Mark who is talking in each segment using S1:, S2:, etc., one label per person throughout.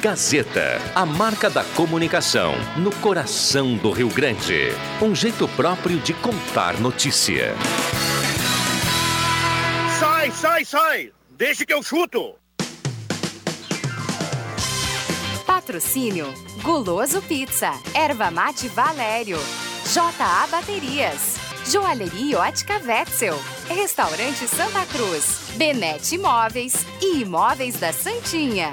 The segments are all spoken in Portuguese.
S1: Gazeta, a marca da comunicação no coração do Rio Grande. Um jeito próprio de contar notícia.
S2: Sai, sai, sai! Deixa que eu chuto!
S3: Patrocínio: Guloso Pizza, Erva Mate Valério, JA Baterias, Joalheria e Ótica Wetzel, Restaurante Santa Cruz, Benete Imóveis e Imóveis da Santinha.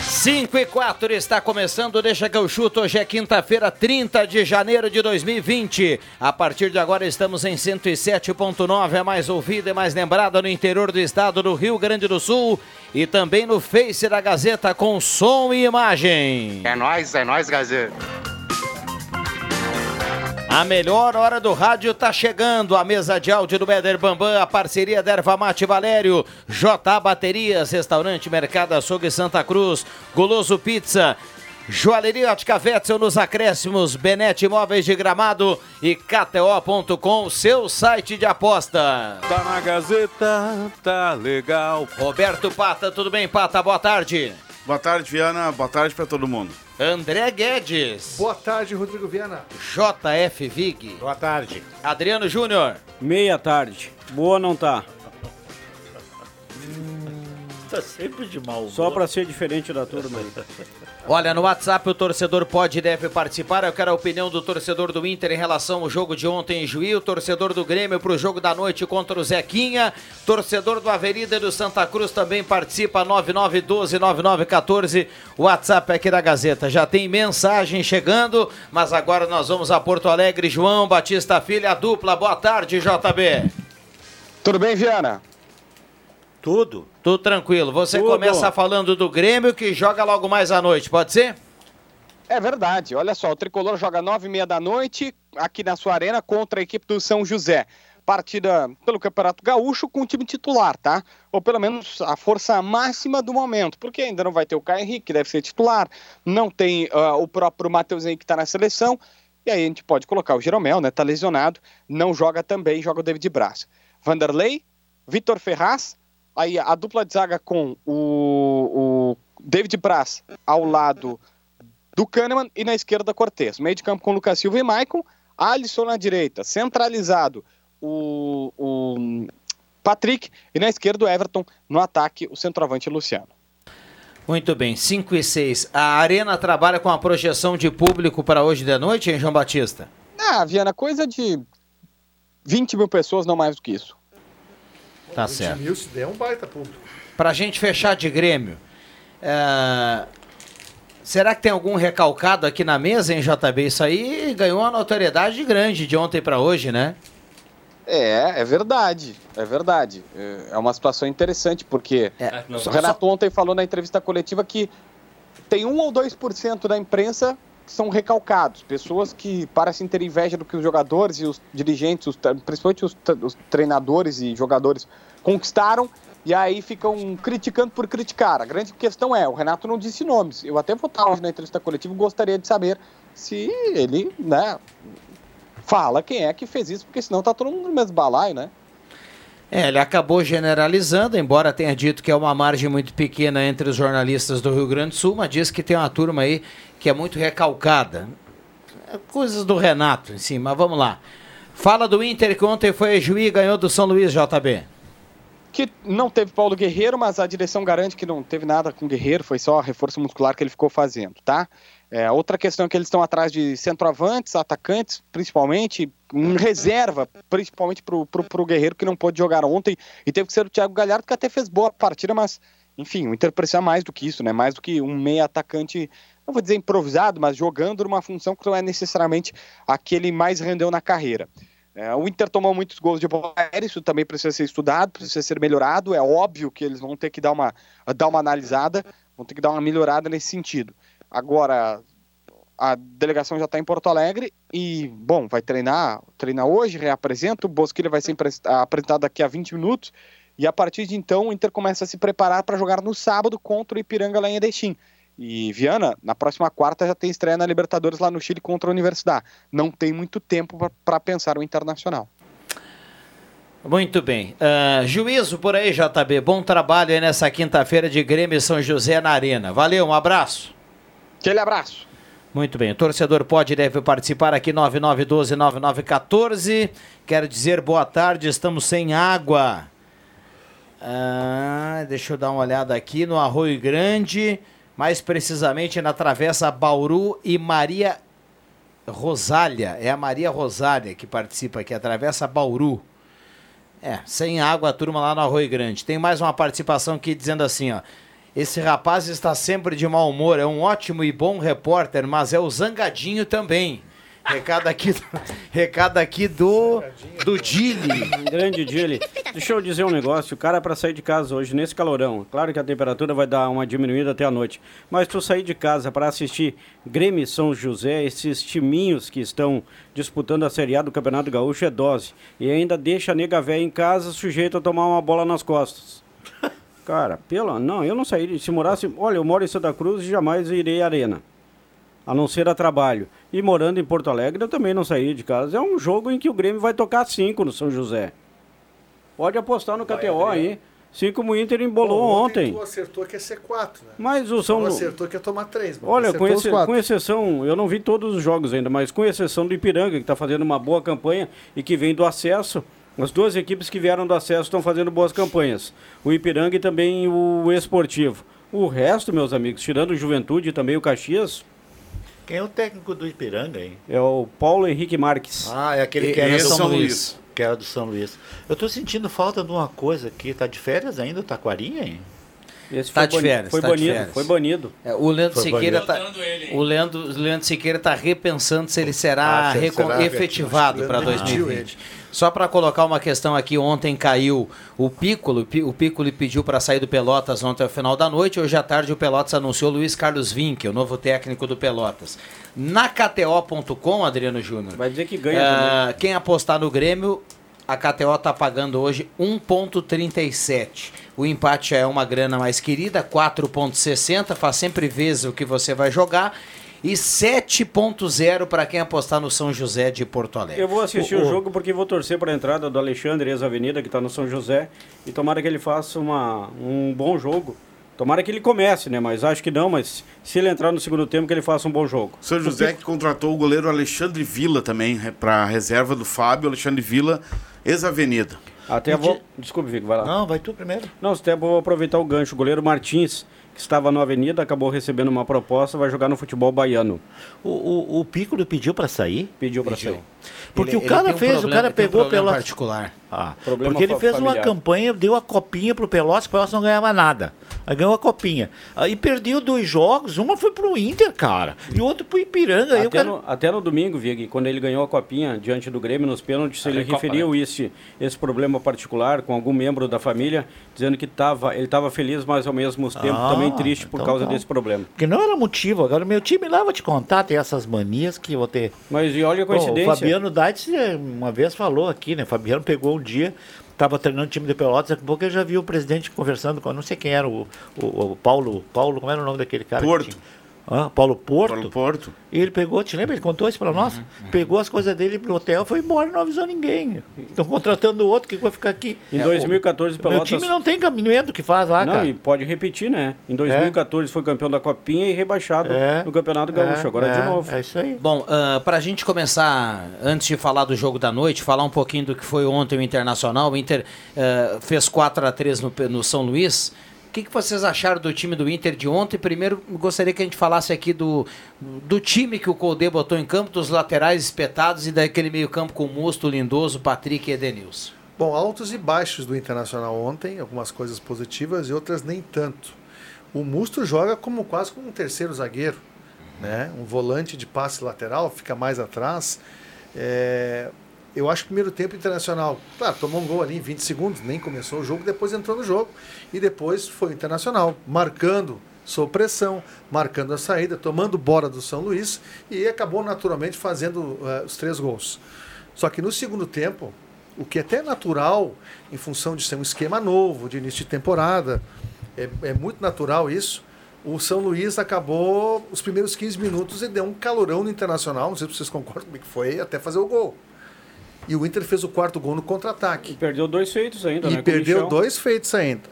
S4: Cinco e quatro está começando, deixa que eu chuto. Hoje é quinta-feira, 30 de janeiro de 2020. A partir de agora estamos em 107.9, a é mais ouvida e mais lembrada no interior do estado do Rio Grande do Sul e também no Face da Gazeta com som e imagem.
S5: É nóis, é nóis, Gazeta.
S4: A melhor hora do rádio tá chegando. A mesa de áudio do Beder Bambam, a parceria da Erva Mate Valério, JA Baterias, Restaurante Mercado Açougue Santa Cruz, Goloso Pizza, Joalheria Ótica Wetzel nos acréscimos, Benete Imóveis de Gramado e KTO.com, seu site de aposta.
S6: Tá na Gazeta, tá legal.
S4: Roberto Pata, tudo bem, Pata? Boa tarde.
S7: Boa tarde, Viana. Boa tarde pra todo mundo.
S4: André Guedes,
S8: Boa tarde, Rodrigo Viana.
S4: JF Vig,
S9: Boa tarde.
S4: Adriano Júnior.
S10: Meia tarde. Boa não tá.
S9: Tá sempre de mal.
S10: Só pra ser diferente da turma aí.
S4: Olha, no WhatsApp o torcedor pode e deve participar. Eu quero a opinião do torcedor do Inter em relação ao jogo de ontem em Juí, o torcedor do Grêmio pro jogo da noite contra o Zequinha, torcedor do Avenida e do Santa Cruz também participa 99129914. O WhatsApp é aqui da Gazeta. Já tem mensagem chegando, mas agora nós vamos a Porto Alegre, João Batista Filha, a dupla. Boa tarde, JB.
S5: Tudo bem, Viana?
S10: Tudo.
S4: Tudo tranquilo. Você
S10: Tudo.
S4: começa falando do Grêmio que joga logo mais à noite, pode ser?
S5: É verdade. Olha só, o Tricolor joga nove e meia da noite aqui na sua arena contra a equipe do São José. Partida pelo Campeonato Gaúcho com o time titular, tá? Ou pelo menos a força máxima do momento, porque ainda não vai ter o Caio Henrique, que deve ser titular, não tem ah, o próprio Matheus Henrique que tá na seleção, e aí a gente pode colocar o Jeromel, né? Tá lesionado, não joga também, joga o David Braz. Vanderlei, Vitor Ferraz, aí a dupla de zaga com o, o David Braz ao lado do Kahneman e na esquerda Cortez. Meio de campo com Lucas Silva e Maicon. Alisson na direita, centralizado o, o Patrick e na esquerda o Everton. No ataque, o centroavante Luciano.
S4: Muito bem, 5 e 6. A Arena trabalha com a projeção de público para hoje de noite, hein, João Batista?
S5: Ah, Viana, coisa de 20 mil pessoas, não mais do que isso.
S4: Tá
S8: O
S4: certo.
S8: Edmilson é um baita público.
S4: Para gente fechar de Grêmio, é, será que tem algum recalcado aqui na mesa, hein, JB? Isso aí ganhou uma notoriedade grande de ontem para hoje, né?
S5: É, é verdade. É verdade. É- É uma situação interessante, porque
S4: É,
S5: o Renato ontem falou na entrevista coletiva que tem 1 ou 2% da imprensa que são recalcados, pessoas que parecem ter inveja do que os jogadores e os dirigentes, os tre- principalmente os, tre- os treinadores e jogadores, conquistaram e aí ficam criticando por criticar. A grande questão é, o Renato não disse nomes. Eu até vou estar hoje na entrevista coletiva e gostaria de saber se ele, né, fala quem é que fez isso, porque senão tá todo mundo no mesmo balaio, né?
S4: É, ele acabou generalizando, embora tenha dito que é uma margem muito pequena entre os jornalistas do Rio Grande do Sul, mas diz que tem uma turma aí que é muito recalcada. É, Coisas do Renato, em si, mas vamos lá. Fala do Inter que ontem foi a Juiz e ganhou do São Luís, JB.
S5: que não teve Paulo Guerreiro, mas a direção garante que não teve nada com o Guerreiro, foi só reforço muscular que ele ficou fazendo, tá? É, outra questão é que eles estão atrás de centroavantes, atacantes, principalmente, em reserva, principalmente pro, pro, pro Guerreiro, que não pôde jogar ontem, e teve que ser o Thiago Galhardo, que até fez boa partida, mas, enfim, o Inter precisa mais do que isso, né? Mais do que um meia atacante, não vou dizer improvisado, mas jogando numa função que não é necessariamente a que ele mais rendeu na carreira. É, o Inter tomou muitos gols de bola aérea, isso também precisa ser estudado, precisa ser melhorado. É óbvio que eles vão ter que dar uma, dar uma analisada, vão ter que dar uma melhorada nesse sentido. Agora, a delegação já está em Porto Alegre e, bom, vai treinar, treinar hoje, reapresenta. O Bosquilha vai ser empresta- apresentado daqui a 20 minutos E a partir de então, o Inter começa a se preparar para jogar no sábado contra o Ipiranga lá em Erechim. E Viana, na próxima quarta já tem estreia na Libertadores lá no Chile contra a Universidade. Não tem muito tempo para pensar o Internacional.
S4: Muito bem. Ah, juízo por aí, JB. Bom trabalho aí nessa quinta-feira de Grêmio e São José na Arena. Valeu, um abraço.
S5: Aquele abraço.
S4: Muito bem, o torcedor pode e deve participar aqui 9912-9914. Quero dizer boa tarde, estamos sem água. Ah, deixa eu dar uma olhada aqui no Arroio Grande, mais precisamente na Travessa Bauru e Maria Rosália. É a Maria Rosália que participa aqui, a Travessa Bauru. É, sem água a turma lá no Arroio Grande. Tem mais uma participação aqui dizendo assim, ó. Esse rapaz está sempre de mau humor, é um ótimo e bom repórter, mas é o zangadinho também. Recado aqui do, recado aqui do, do Dili.
S10: Um grande dia ali. Deixa eu dizer um negócio, o cara para sair de casa hoje nesse calorão, claro que a temperatura vai dar uma diminuída até a noite, mas tu sair de casa para assistir Grêmio e São José, esses timinhos que estão disputando a Série A do Campeonato Gaúcho é dose e ainda deixa a nega véia em casa sujeito a tomar uma bola nas costas. Cara, pela não, eu não sairia, se morasse, olha, eu moro em Santa Cruz e jamais irei à arena. A não ser a trabalho. E morando em Porto Alegre, eu também não sairia de casa. É um jogo em que o Grêmio vai tocar cinco no São José. Pode apostar no KTO aí. Assim como o Inter embolou
S11: Bom,
S10: ontem.
S11: Tu acertou que é C4, né?
S10: Mas o
S11: Tu
S10: São Lu...
S11: acertou que ia tomar 3, mano.
S10: Olha,
S11: acertou
S10: com,
S11: os
S10: exce-
S11: quatro.
S10: com exceção, eu não vi todos os jogos ainda, mas com exceção do Ipiranga, que está fazendo uma boa campanha e que vem do acesso, as duas equipes que vieram do acesso estão fazendo boas campanhas. O Ipiranga e também o Esportivo. O resto, meus amigos, tirando o Juventude e também o Caxias,
S12: Quem é o técnico do Ipiranga, hein?
S10: é o Paulo Henrique Marques.
S12: Ah, é aquele
S6: que era do São Luís.
S12: Que era do São Luís. Eu tô sentindo falta de uma coisa aqui. Tá de férias ainda o Taquarinha, hein?
S10: Esse
S4: Tá
S10: foi
S4: de
S10: bani-
S4: férias,
S10: Foi
S4: tá de
S10: banido,
S4: férias.
S10: foi banido.
S4: É, o Leandro
S12: Foi
S4: Siqueira
S12: banido.
S4: tá, o Leandro, o Leandro Siqueira tá repensando se ele será,
S12: Ah, se ele
S4: recon-
S12: será
S4: efetivado para
S11: efetivado. Ah.
S4: 2020. Só para colocar uma questão aqui, ontem caiu o Piccolo, o Pi- o Piccolo pediu para sair do Pelotas ontem ao final da noite, hoje à tarde o Pelotas anunciou Luiz Carlos Vinck, o novo técnico do Pelotas. Na KTO.com, Adriano Júnior.
S10: Vai dizer que ganha também.
S4: Ah, quem apostar no Grêmio, a KTO tá pagando hoje 1.37. O empate já é uma grana mais querida, 4.60, faz sempre vezes o que você vai jogar. E 7.0 para quem apostar no São José de Porto Alegre.
S10: Eu vou assistir o, jogo porque vou torcer para a entrada do Alexandre Ex Avenida, que está no São José, e tomara que ele faça uma, um bom jogo. Tomara que ele comece, né? Mas acho que não, mas se ele entrar no segundo tempo, que ele faça um bom jogo.
S6: São José que contratou o goleiro Alexandre Vila também para reserva do Fábio, Alexandre Vila, ex-avenida.
S10: Até
S12: E
S10: vou.
S12: de-
S10: Desculpe, Vico, vai lá.
S12: Não, vai tu primeiro.
S10: Não, esse tempo eu vou aproveitar o gancho. O goleiro Martins, que estava no Avenida, acabou recebendo uma proposta, vai jogar no futebol baiano.
S12: O, o, o Piccolo pediu pra sair?
S10: Pediu para sair.
S12: Porque
S4: Ele-
S12: o
S4: ele
S12: cara
S4: tem um
S12: fez,
S4: problema-
S12: o cara
S4: tem um
S12: pegou
S4: problema
S12: pela.
S4: particular.
S12: Ah,
S10: Problema
S12: porque ele
S10: fa-
S12: fez uma
S10: familiar.
S12: campanha, deu a copinha pro Pelotas, o Pelotas não ganhava nada. Aí ganhou a copinha. Aí perdeu dois jogos, uma foi pro Inter, cara, e o outro pro Ipiranga. Aí o
S10: Até,
S12: cara...
S10: no, até no domingo, Vig, quando ele ganhou a copinha diante do Grêmio nos pênaltis, ele referiu esse, esse problema particular com algum membro da família, dizendo que tava, ele estava feliz, mas ao mesmo tempo
S12: Ah,
S10: também triste por
S12: então
S10: causa
S12: tá.
S10: desse problema.
S12: Porque não era motivo. Agora, meu time lá, vou te contar, tem essas manias que eu vou ter.
S10: Mas e olha a
S12: Bom,
S10: coincidência.
S12: o Fabiano Dates eh, uma vez falou aqui, né? O Fabiano pegou um dia, estava treinando o time do Pelotas, daqui a pouco eu já vi o presidente conversando com, não sei quem era, o, o, o Paulo, Paulo, como era o nome daquele cara? que
S6: Porto.
S12: tinha? Hã? Paulo Porto. Uhum,
S6: Paulo Porto.
S12: E ele pegou, te lembra? Ele contou isso pra nós. Pegou as coisas dele pro hotel, foi embora e não avisou ninguém. Estão contratando outro que vai ficar aqui.
S10: Em 2014, o
S12: é, Meu
S10: Pelotas.
S12: time não tem caminhamento que faz lá,
S10: Não,
S12: cara.
S10: e pode repetir, né? Em 2014 foi campeão da Copinha e rebaixado no Campeonato Gaúcho.
S12: é,
S10: Agora
S12: é,
S10: de novo.
S12: É isso aí.
S4: Bom, para a gente começar, antes de falar do jogo da noite, falar um pouquinho do que foi ontem o Internacional. O Inter ah, fez 4 a 3 no, Pe- no São Luís. O que, que vocês acharam do time do Inter de ontem? Primeiro, gostaria que a gente falasse aqui do, do time que o Colde botou em campo, dos laterais espetados e daquele meio-campo com o Musto, Lindoso, Patrick e Edenilson.
S11: Bom, altos e baixos do Internacional ontem, algumas coisas positivas e outras nem tanto. O Musto joga como quase como um terceiro zagueiro, né? Um volante de passe lateral, fica mais atrás. É, Eu acho que o primeiro tempo o Internacional, claro, tomou um gol ali em 20 segundos, nem começou o jogo, depois entrou no jogo e depois foi o Internacional, marcando sob pressão, marcando a saída, tomando bola do São Luís e acabou naturalmente fazendo eh, os três gols. Só que no segundo tempo,
S1: o que até é natural, em função de ser um esquema novo, de início de temporada, é, é muito natural isso. O São Luís acabou os primeiros 15 minutos e deu um calorão no Internacional, não sei se vocês concordam comigo, que foi até fazer o gol. E o Inter fez o quarto gol no contra-ataque. E
S10: perdeu dois feitos ainda,
S1: E
S10: né? com o
S1: perdeu
S10: Michel.
S1: dois feitos ainda.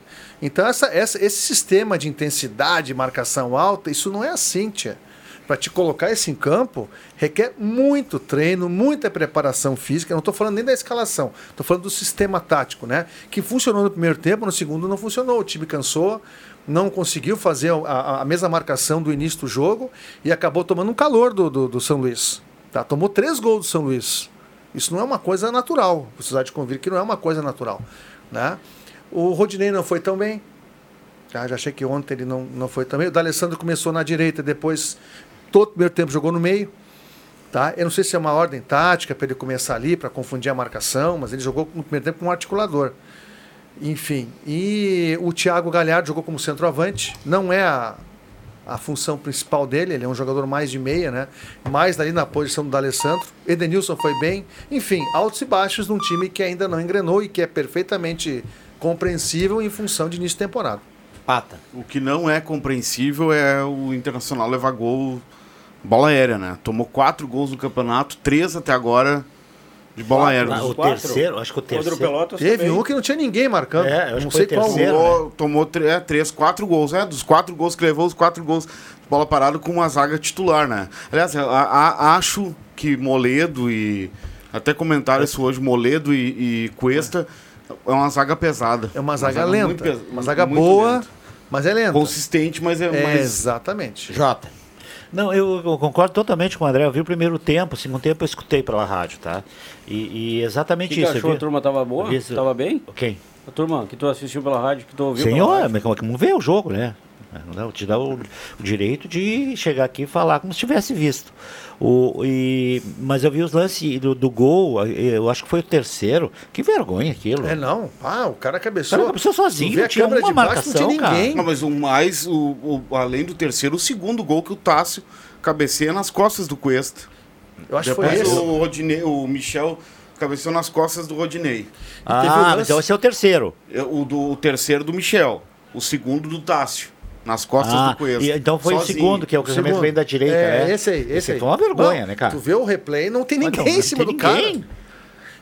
S1: Então, essa, essa- esse sistema de intensidade, marcação alta, isso não é assim, tia. Para te colocar isso em campo, requer muito treino, muita preparação física. Eu não estou falando nem da escalação, estou falando do sistema tático, né? Que funcionou no primeiro tempo, no segundo não funcionou. O time cansou, não conseguiu fazer a, a- a mesma marcação do início do jogo e acabou tomando um calor do, do, do São Luís. Tá? Tomou três gols do São Luís. Isso não é uma coisa natural. Vocês há de convir que não é uma coisa natural. Né? O Rodinei não foi tão bem. Já, já achei que ontem ele não, não foi tão bem. O D'Alessandro começou na direita, depois todo o primeiro tempo jogou no meio. Tá? Eu não sei se é uma ordem tática para ele começar ali, para confundir a marcação, mas ele jogou no primeiro tempo com um articulador. Enfim, e o Thiago Galhardo jogou como centroavante. Não é a, a função principal dele, ele é um jogador mais de meia, né? Mais ali na posição do D'Alessandro. Edenilson foi bem. Enfim, altos e baixos num time que ainda não engrenou e que é perfeitamente compreensível em função de início de temporada.
S13: Pata.
S6: O que não é compreensível é o Internacional levar gol bola aérea, né? Tomou quatro gols no campeonato, três até agora de bola
S12: Quatro,
S6: aérea.
S12: né? O Quatro. terceiro, acho que o terceiro. Contra o Pelotas
S1: Teve
S12: também.
S1: um que não tinha ninguém marcando.
S12: É, eu acho
S1: não
S12: que
S1: sei
S12: foi
S1: qual.
S12: terceiro, né?
S6: Tomou, tomou tre- é, três, quatro gols. É, dos quatro gols que levou, os quatro gols de bola parada com uma zaga titular, né? Aliás, a- a- acho que Moledo e. Até comentaram isso hoje, Moledo e, e Cuesta é uma zaga pesada.
S1: É uma zaga
S6: muito
S1: lenta.
S6: pes-
S1: uma zaga
S6: muito
S1: boa,
S6: lenta.
S1: mas é lenta.
S6: Consistente, mas é mais-
S1: Exatamente.
S13: Jota.
S12: Não, eu, eu concordo totalmente com o André. Eu vi o primeiro tempo, o segundo tempo eu escutei pela rádio, tá? E, e
S10: O
S12: exatamente
S10: que, que
S12: isso. eu
S10: achou?
S12: vi-
S10: A turma tava boa?
S12: Isso.
S10: Tava bem?
S12: Quem?
S10: A turma que tu assistiu pela rádio, que tu ouviu pela
S12: Senhor,
S10: rádio.
S12: mas como é que não vê o jogo, né? Não dá- te dá o, o direito de chegar aqui e falar como se tivesse visto. O, e, mas eu vi os lances do, do gol, eu acho que foi o terceiro. Que vergonha aquilo.
S1: É não. Ah, o cara cabeçou.
S12: O cara cabeçou sozinho,
S1: Tu vê a
S12: não tinha
S1: câmera
S12: uma
S1: de baixo,
S12: marcação,
S1: não tinha ninguém.
S6: Não, mas o mais, o, o- além do terceiro, o segundo gol que o Tássio cabeceia nas costas do Cuesta.
S1: Eu acho que foi
S6: Depois
S1: esse.
S6: o, Rodinei, o Michel cabeceou nas costas do Rodinei.
S1: um
S12: Ah, mas então esse é o terceiro.
S6: É, O, do, o terceiro do Michel. O segundo do Tássio. Nas costas
S12: Ah,
S6: do Cuesta.
S12: e então foi o segundo, que é o
S6: que
S12: cruzamento vem da direita,
S1: É,
S12: né?
S1: esse aí, esse,
S12: Esse
S1: aí.
S12: foi uma vergonha, né, cara?
S1: Tu vê o replay, não tem
S4: Ah,
S12: Mas
S1: ninguém
S4: então,
S12: não, não
S1: em cima
S12: tem
S1: do cara.
S12: ninguém.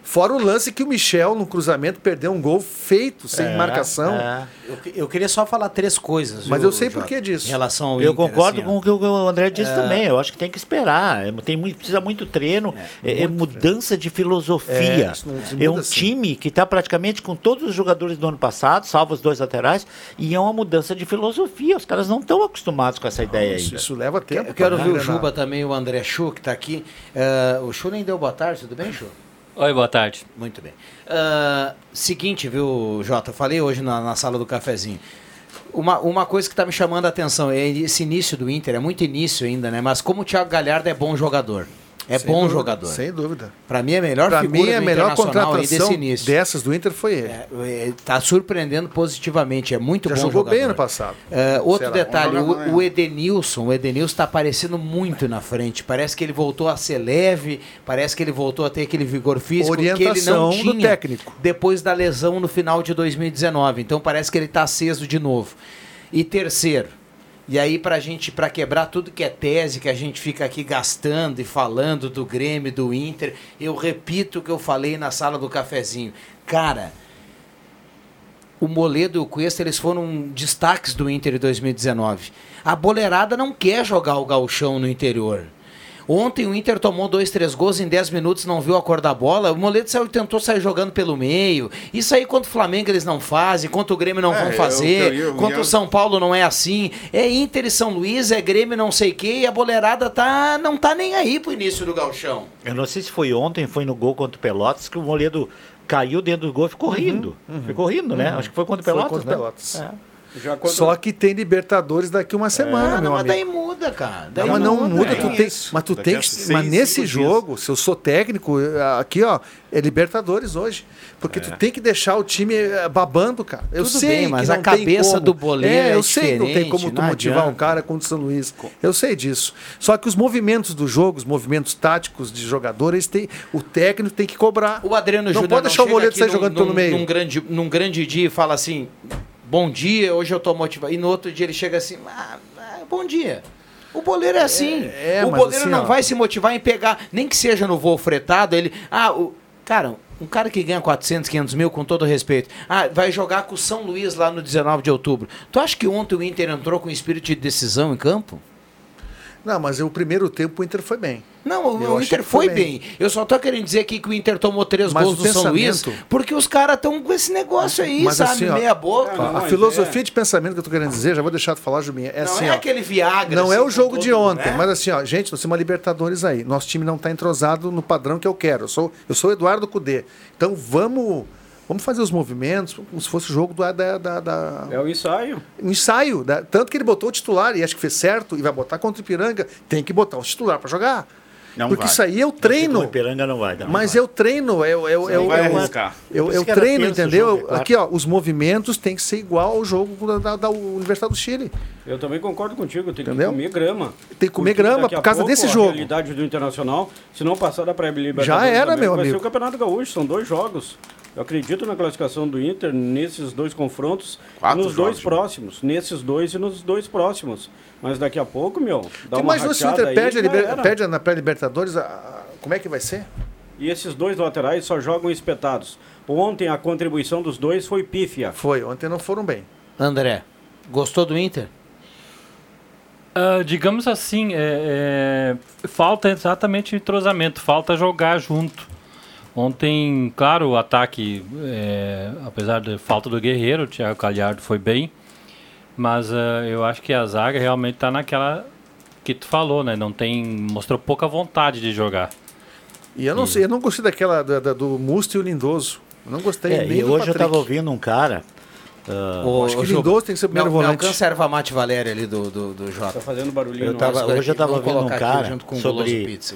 S1: Fora o lance que o Michel, no cruzamento, perdeu um gol feito, sem
S4: É,
S1: marcação.
S4: é. Eu, que- eu queria só falar três coisas.
S1: Mas
S4: viu,
S1: eu sei
S4: Jota,
S1: por que disso.
S4: Em relação ao
S12: Eu
S4: Inter,
S12: concordo
S4: assim, ó.
S12: com o que o André disse
S4: É.
S12: também. Eu acho que tem que esperar. É, Tem muito, precisa muito treino. É, é mudança de filosofia.
S4: É, isso não se
S12: É,
S4: muda
S12: um
S4: assim.
S12: time que está praticamente com todos os jogadores do ano passado, salvo os dois laterais, e é uma mudança de filosofia. Os caras não estão acostumados com essa ideia
S1: isso-
S12: ainda.
S1: isso leva tempo.
S4: Eu quero
S12: pra
S4: ver o
S12: engrenar.
S4: Juba também, o André Chu, que está aqui. Ah, o Chu nem deu boa tarde, tudo bem, Chu?
S2: Oi, boa tarde.
S4: Muito bem. Ah, seguinte, viu, Jota? Eu falei hoje na, na sala do cafezinho. Uma, uma coisa que está me chamando a atenção é esse início do Inter, é muito início ainda, né? Mas como o Thiago Galhardo é bom jogador. É
S1: Sem
S4: bom
S1: dúvida,
S4: jogador.
S1: Sem dúvida.
S4: Para mim, é a melhor
S1: Pra
S4: figura
S1: mim, é a
S4: do
S1: melhor
S4: Internacional aí
S1: contratação
S4: desse início.
S1: dessas do Inter foi ele.
S4: É, tá surpreendendo positivamente, é muito
S1: Já
S4: bom
S1: jogou
S4: jogador.
S1: bem ano passado.
S4: É, outro
S1: Será?
S4: detalhe,
S1: Vamos jogar
S4: o, o Edenilson, o Edenilson tá aparecendo muito na frente, parece que ele voltou a ser leve, parece que ele voltou a ter aquele vigor físico que ele não
S1: Orientação
S4: tinha
S1: do técnico.
S4: depois da lesão no final de 2019, então parece que ele tá aceso de novo. E terceiro, e aí pra gente, pra quebrar tudo que é tese, que a gente fica aqui gastando e falando do Grêmio, do Inter, eu repito o que eu falei na sala do cafezinho. Cara, o Moledo e o Cuesta, eles foram destaques do Inter em 2019. A boleirada não quer jogar o gauchão no interior. Ontem o Inter tomou dois, três gols em 10 minutos, não viu a cor da bola. O Moledo saiu, tentou sair jogando pelo meio. Isso aí contra o Flamengo eles não fazem, contra o Grêmio não
S14: É,
S4: vão
S14: eu-
S4: fazer,
S14: eu- eu-
S4: contra
S14: eu-
S4: o São Paulo não é assim. É Inter e São Luís, é Grêmio não sei o quê, e a boleirada tá, não tá nem aí pro início do gauchão.
S12: Eu não sei se foi ontem, foi no gol contra o Pelotas, que o Moledo caiu dentro do gol e ficou rindo. Ficou rindo, né?
S4: Uhum.
S12: Acho que foi contra o
S4: Foi
S12: Pelotas.
S4: contra o
S12: né?
S4: Pelotas.
S12: É.
S10: Já quando-
S1: Só que tem Libertadores daqui uma semana,
S4: Ah,
S1: meu
S4: não, mas
S1: amigo.
S4: daí muda, cara. Daí
S1: não, mas não muda,
S4: é
S1: tu tem,
S4: isso.
S1: mas tu
S4: Daqui
S1: tem
S4: a
S1: que,
S4: seis,
S1: mas nesse
S4: cinco dias.
S1: jogo, se eu sou técnico, eh, aqui ó, é Libertadores hoje, porque tu tem que deixar o time eh, babando, cara. Eu
S4: Tudo
S1: sei
S4: bem, mas
S1: que
S4: a
S1: não tem
S4: cabeça
S1: como.
S4: do boleiro
S1: é,
S4: é
S1: eu sei que não tem
S4: diferente,
S1: como tu
S4: não
S1: motivar um
S4: adianta.
S1: cara contra o São Luís. Eu sei disso. Só que os movimentos do jogo, os movimentos táticos de jogador, eles têm, o técnico tem que cobrar.
S4: O Adriano
S1: não
S4: Júnior
S1: pode deixar o
S4: chega
S1: boleiro
S4: aqui
S1: sair
S4: num-
S1: jogando
S4: num,
S1: pelo meio.
S4: Num grande, num grande dia e fala assim: bom dia, hoje eu tô motivado. E no outro dia ele chega assim: "Ah, ah, bom dia. O boleiro é assim.
S1: É, é,
S4: o
S1: mas
S4: boleiro
S1: assim,
S4: não
S1: ó.
S4: vai se motivar em pegar, nem que seja no voo fretado. Ele. Ah, o, cara, um cara que ganha 400, 500 mil, com todo respeito. Ah, vai jogar com o São Luís lá no 19 de outubro. Tu acha que ontem o Inter entrou com um espírito de decisão em campo?
S1: Não, mas o primeiro tempo o Inter foi bem.
S4: Não,
S1: Eu
S4: o
S1: achei
S4: Inter
S1: que foi
S4: foi bem. Eu só tô querendo dizer aqui que o Inter tomou três
S1: Mas
S4: gols
S1: o
S4: do São Luís,
S1: pensamento- assim,
S4: porque os caras estão com esse negócio aí, sabe?
S1: ó,
S4: meia boca.
S1: a-
S10: é
S1: A filosofia de pensamento que eu tô querendo dizer, já vou deixar tu falar, Juminha. É
S4: Não
S1: assim,
S4: é
S1: ó,
S4: aquele Viagra,
S1: Não é
S4: assim,
S1: o jogo
S4: com
S1: de
S4: todo-
S1: ontem,
S4: né?
S1: mas assim, ó, gente, nós temos uma Libertadores aí. Nosso time não tá entrosado no padrão que eu quero. Eu sou, eu sou o Eduardo Cudê. Então vamos. Vamos fazer os movimentos como se fosse o jogo do, da, da, da-
S10: É o ensaio.
S1: ensaio. da- tanto que ele botou o titular e acho que fez certo e vai botar contra o Ipiranga. Tem que botar o titular para jogar.
S12: Não
S1: Porque
S12: vai.
S1: isso aí eu treino.
S12: O Ipiranga não vai, não.
S1: Mas eu treino, eu, eu,
S12: Você
S1: eu,
S12: não vai
S1: eu-
S12: arriscar.
S1: eu,
S12: Por isso
S1: eu
S12: que era
S1: treino,
S12: tenso o
S1: entendeu?
S12: jogo, é claro.
S1: Aqui, ó, os movimentos têm que ser igual ao jogo da, da, da Universidade do Chile.
S10: Eu também concordo contigo, tem
S1: Entendeu?
S10: que comer grama.
S1: Tem que comer
S10: Porque
S1: grama
S10: daqui a
S1: por causa
S10: pouco
S1: desse
S10: a
S1: jogo.
S10: realidade do Internacional, se não passar da pré-libertadores...
S1: Já era,
S10: também,
S1: meu
S10: Vai ser
S1: amigo.
S10: o Campeonato Gaúcho, são dois jogos. Eu acredito na classificação do Inter nesses dois confrontos,
S1: Quatro
S10: nos dois
S1: jogos,
S10: próximos, nesses dois e nos dois próximos. Mas daqui a pouco, meu,
S1: Tu
S10: dá uma
S1: imaginou se o
S10: rateada
S1: Inter
S10: aí,
S1: perde, a
S10: já
S1: liber-
S10: era.
S1: perde na pré-Libertadores, a- a- como é que vai ser?
S10: E esses dois laterais só jogam espetados. Ontem a contribuição dos dois foi pífia.
S1: Foi, ontem não foram bem.
S4: André, gostou do Inter?
S2: Ah, digamos assim, é- é, falta exatamente entrosamento, falta jogar junto. Ontem, claro, o ataque, é, apesar da falta do Guerreiro, o Thiago Calhardo foi bem, mas ah, eu acho que a zaga realmente está naquela que tu falou, né? Não tem, mostrou pouca vontade de jogar.
S1: E eu não sei, eu não gostei daquela da- da- do Musto e o Lindoso. Eu não gostei
S12: É,
S1: nem
S12: e
S1: do
S12: hoje eu
S1: Patrick.
S12: tava ouvindo um cara. ah,
S1: acho que o Lindoso tem que ser o primeiro
S4: me, me
S1: volante.
S4: alcança a erva mate Valéria ali do, do, do Jota.
S10: Tá fazendo barulhinho.
S4: Eu
S10: no
S4: tava,
S10: ar.
S4: hoje eu tava
S12: Vamos
S4: vendo um
S12: colocar aqui
S4: cara
S12: junto com o
S4: sobre...
S12: Goloso
S4: Pizza